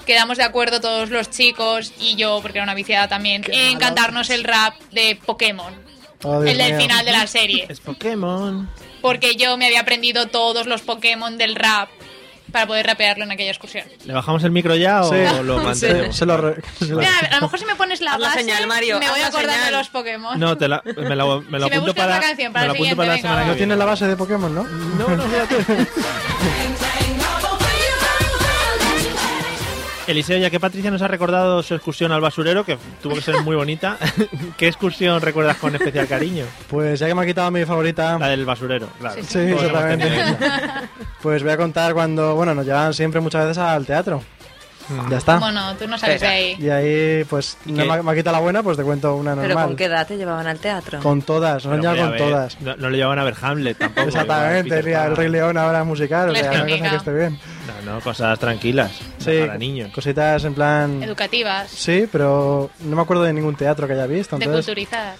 quedamos de acuerdo todos los chicos y yo, porque era una viciada también, en cantarnos el rap de Pokémon. Oh, Dios el del mío. final de la serie. Es Pokémon. Porque yo me había aprendido todos los Pokémon del rap para poder rapearlo en aquella excursión. ¿Le bajamos el micro ya o Sí. lo mantenemos? Se lo re- se lo- Mira, a lo mejor si me pones la Haz la base, señal, Mario, me voy haz la acordando de señal. los Pokémon. No, te la, me la, me la Si me apunto buscas para, la canción me para la el apunto para la siguiente, semana que venga, No viene. tiene la base de Pokémon, ¿no? No, no, fíjate. Eliseo, ya que Patricia nos ha recordado su excursión al basurero, que tuvo que ser muy bonita, ¿qué excursión recuerdas con especial cariño? Pues ya que me ha quitado mi favorita. La del basurero, claro. Sí, Todos hemos exactamente. tenido esa. Pues voy a contar cuando, bueno, nos llevaban siempre muchas veces al teatro. Ya está. Bueno, tú no sales de ahí. Y ahí, pues, no Mm. qué? me, ha- me ha quitado la buena, pues te cuento una normal. ¿Pero con qué edad te llevaban al teatro? Con todas, nos han Pero, hombre, llevado a con ver, todas. No, no le llevaban a ver Hamlet tampoco. le llevaban a Exactamente, Peter ni al Pan. Rey León ahora musical, o Les sea, una cosa explica. que esté bien. No, no, cosas tranquilas. Sí, Para niños. cositas en plan... Educativas, Sí, pero no me acuerdo de ningún teatro que haya visto, de entonces culturizar.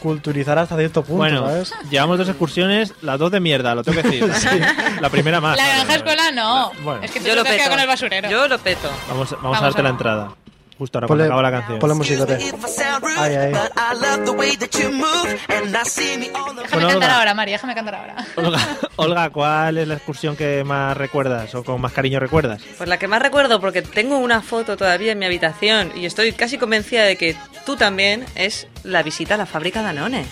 culturizar hasta cierto punto, Bueno, ¿sabes? llevamos dos excursiones, las dos de mierda, lo tengo que decir. La primera más. La Ah, vale, granja vale. escuela no. Bueno. Es que tú Yo lo te has quedado peto. con el basurero. Yo lo peto. Vamos, vamos, Vamos a darte a- la entrada. Justo ahora cuando Ponle- acaba la canción. Ponle musicote. Excuse me if I sound rude, Ay, ay. but I love the way that you move, and I see me all around. Déjame Bueno, cantar Olga. ahora, María, déjame cantar ahora. Olga, Olga, ¿cuál es la excursión que más recuerdas o con más cariño recuerdas? Pues la que más recuerdo, porque tengo una foto todavía en mi habitación y estoy casi convencida de que tú también, es la visita a la fábrica Danone.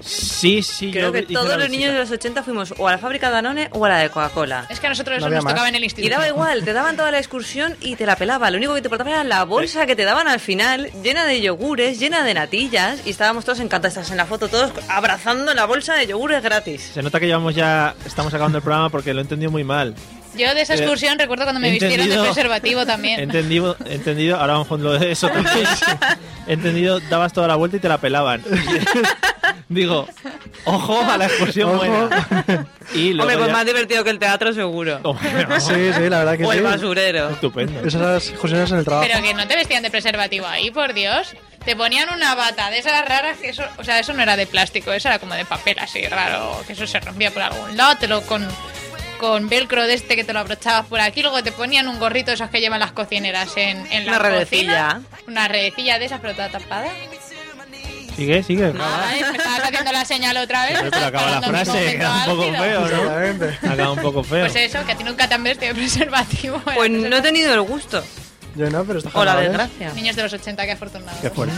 Sí, sí, Creo yo que hice todos la los visita. niños de los 80 fuimos o a la fábrica Danone o a la de Coca-Cola. Es que a nosotros No eso había nos más. tocaba en el Y instituto. daba igual, te daban toda la excursión y te la pelaba. Lo único que te importaba era la bolsa que te daban al final, llena de yogures, llena de natillas. Y estábamos todos encantados, estás en la foto todos abrazando la bolsa de yogures gratis. Se nota que llevamos ya, estamos acabando el programa porque lo he entendido muy mal. Yo de esa Eh, excursión recuerdo cuando me he vistieron de entendido- preservativo He también. entendido, he entendido, ahora vamos con lo de eso también. He entendido, dabas toda la vuelta y te la pelaban. Digo, ojo a la excursión Ojo. buena. Y luego Hombre, pues ya- más divertido que el teatro seguro. Hombre, no. Sí, sí, la verdad que O el sí. basurero. Estupendo. Esas excursiones en el trabajo. Pero que no te vestían de preservativo ahí, por Dios. Te ponían una bata de esas raras que eso, o sea, eso no era de plástico, eso era como de papel así raro, que eso se rompía por algún lado, te lo con con velcro de este que te lo abrochabas por aquí, luego te ponían un gorrito de esos que llevan las cocineras en, en la cocina. Una redecilla. Una redecilla de esas, pero toda tapada. Sigue, sigue. Ah, Nada, ¿eh? me estabas haciendo la señal otra vez. Pero te acaba la Estás parando mi frase, momento queda un poco álgido. feo, ¿no? Exactamente. Acaba un poco feo. Pues eso, que a ti nunca te han vestido de preservativo. eh, Pues no he preservativo. tenido el gusto. Yo no, pero está ¿eh? O la desgracia. Niños de los 80, qué afortunados. Qué fuerte.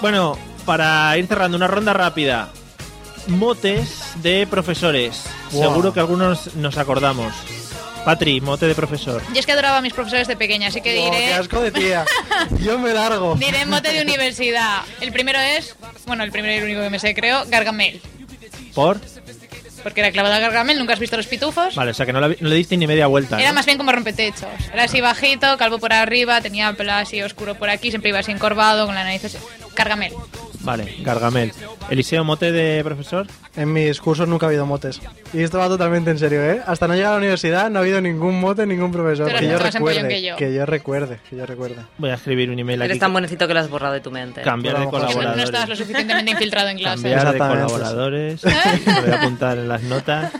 Bueno, para ir cerrando, una ronda rápida. Motes de profesores. Wow. Seguro que algunos nos acordamos. Patri, mote de profesor. Yo es que adoraba a mis profesores de pequeña, así que Oh, qué diré, asco de tía. Yo me largo. diré mote de universidad. El primero es, bueno, el primero y el único que me sé, creo, Gargamel. ¿Por? Porque era clavado a Gargamel, nunca has visto los pitufos. Vale, o sea que no, la vi- no le diste ni media vuelta. ¿no? Era más bien como rompetechos. Era así bajito, calvo por arriba, tenía pelo así oscuro por aquí, siempre iba así encorvado, con la nariz así. Gargamel. Vale, Gargamel. Eliseo, mote de profesor. En mis cursos nunca ha habido motes. Y esto va totalmente en serio, ¿eh? Hasta no llegar a la universidad no ha habido ningún mote, ningún profesor. Tú eres Que yo, mucho más empollón recuerde, que yo. recuerde. Que yo recuerde. Voy a escribir un email Eres aquí. tan buenecito que lo has borrado de tu mente. Cambiar de Pues no- no No colaboradores. estabas lo suficientemente infiltrado en clase. Cambiar de colaboradores. Lo voy a apuntar en las notas.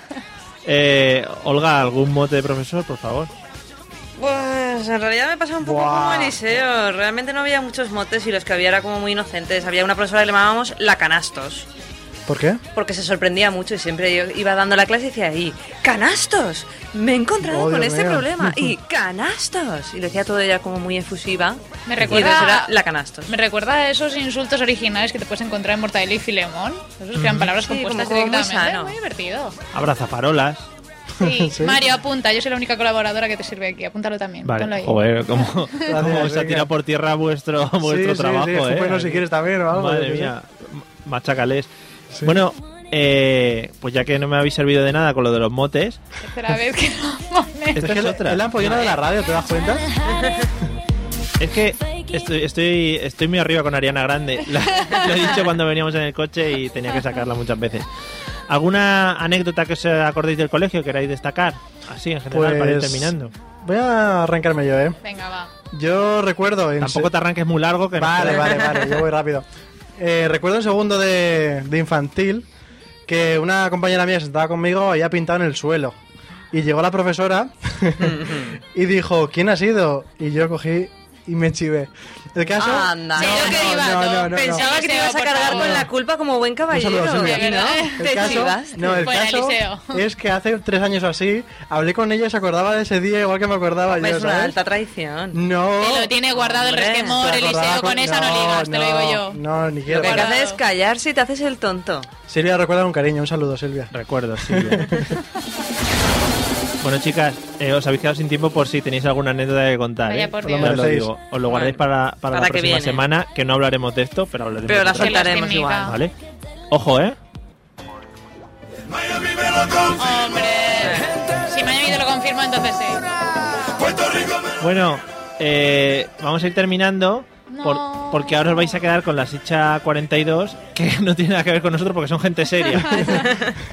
Eh, Olga, ¿algún mote de profesor, por favor? Pues en realidad me pasa un poco Buah. como Eliseo. Realmente no había muchos motes y los que había eran como muy inocentes. Había una profesora que le llamábamos la canastos. ¿Por qué? Porque se sorprendía mucho y siempre yo iba dando la clase y decía ahí, ¡canastos! Me he encontrado Oh, con Dios este mío. problema. Y ¡canastos! Y lo decía todo ella como muy efusiva. Me Y recuerda- entonces era la canastos. Me recuerda a esos insultos originales que te puedes encontrar en Mortadelo y Filemón. Esos que eran Mm. palabras Sí, compuestas como- como muy directamente. sano. Muy divertido. Abrazafarolas. Sí. Mario, apunta. Yo soy la única colaboradora que te sirve aquí. Apúntalo también. Ponlo Vale, ahí. joder, cómo, cómo se ha venga. tirado por tierra vuestro, vuestro sí, trabajo, sí, ¿eh? escúpelo si quieres también o algo, Madre yo qué mía, m- machácales. Bueno, eh, pues ya que no me habéis servido de nada con lo de los motes, Tercera vez que no esta es otra. Es la ampollona de la radio, ¿te das cuenta? Es que estoy, estoy, estoy muy arriba con Ariana Grande. La- lo he dicho cuando veníamos en el coche y tenía que sacarla muchas veces. ¿Alguna anécdota que os acordéis del colegio queráis destacar? Así, en general, para ir Pues- terminando. Voy a arrancarme yo, ¿eh? Venga, va. Yo recuerdo... en Tampoco se- te arranques muy largo. Que no Vale, puedo. vale, vale, yo voy rápido. Eh, recuerdo en segundo de, de infantil que una compañera mía sentada conmigo había pintado en el suelo. Y llegó la profesora y dijo, ¿quién ha sido? Y yo cogí y me chivé. El caso... Anda, Ah, no, no, no, no, no, no. Pensaba que te ibas a por cargar favor. con la culpa como buen caballero. No solo lo ¿Y suyo. no? El Te caso- chivaste. no, el Fuera, caso Eliseo. es que hace tres años o así hablé con ella y se acordaba de ese día igual que me acordaba Hombre, yo, es una ¿sabes? alta traición. No. Te lo tiene guardado el Hombre. resquemor, Se el acordaba liceo con esa no ligas, te lo digo yo. No, ni quiero. Lo que hay que hacer es callarse y te haces el tonto. Silvia recuerda un cariño, un saludo Silvia. Recuerdo, Silvia. Bueno, chicas, eh, os habéis quedado sin tiempo por si tenéis alguna anécdota que contar. Vaya, ¿eh? por Ya Dios. os lo Merecéis. digo. Os lo guardáis para, para para la que próxima viene. semana, que no hablaremos de esto, pero hablaremos Pero de la otra cosa. soltaremos igual. ¿Vale? Ojo, ¿eh? Si Miami te lo confirma, entonces sí. Bueno, eh, vamos a ir terminando. por- porque ahora os vais a quedar con la Sicha 42, que no tiene nada que ver con nosotros porque son gente seria.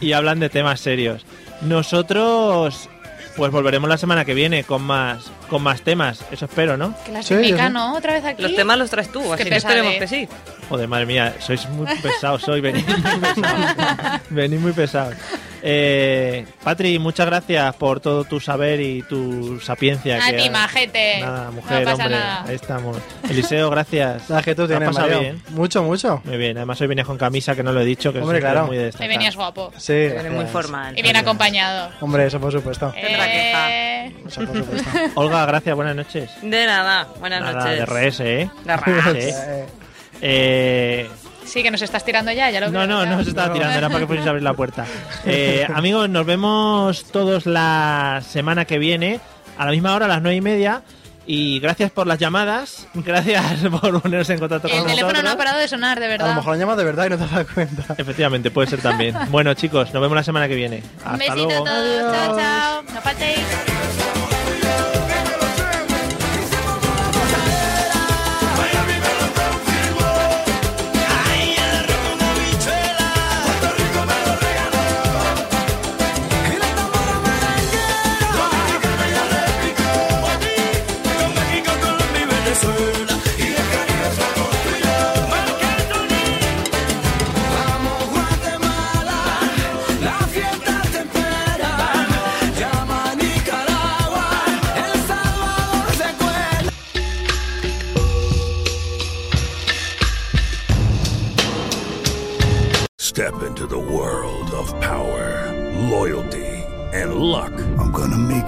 y hablan de temas serios. Nosotros, pues volveremos la semana que viene con más, con más temas. Eso espero, ¿no? Que la Sí, típica, sí. ¿no? Otra vez aquí. Los temas los traes tú, Qué así que esperemos pesadez. que sí. Joder, madre mía, sois muy pesados hoy, venís muy pesados. venís muy pesados. Eh, Patri, muchas gracias por todo tu saber y tu sapiencia. A que ti, has- majete. Nada, mujer, no pasa hombre, nada. ahí estamos. Eliseo, gracias. La que tú Lo has tienes, pasado Mario. bien. Mucho, mucho. Muy bien, además hoy vienes con camisa, que no lo he dicho, que Hombre, siempre claro. es muy de Te destacar. venías guapo. Sí. Eres muy formal. Y bien acompañado. Hombre, eso por supuesto. Eh, Olga, gracias, buenas noches. De nada, buenas Nada, noches. de RS, ¿eh? De RS. Sí. Eh, Sí, que nos estás tirando ya, ya lo No, no, no se estaba tirando, era para que fueseis a abrir la puerta. Eh, amigos, nos vemos todos la semana que viene, a la misma hora, a las nueve y media. Y gracias por las llamadas, gracias por ponerse en contacto con El teléfono no nosotros. ha parado de sonar, de A lo verdad. mejor la llamas de verdad y no te das cuenta. Efectivamente, puede ser también. Bueno, chicos, nos vemos la semana que viene. Un Hasta besito luego. a todos. Chao, chao. No faltéis. Vamos Guatemala, la fiesta te espera. Llama a Nicaragua, El Salvador se cuela. Step into the world of power, loyalty, and luck. I'm going to make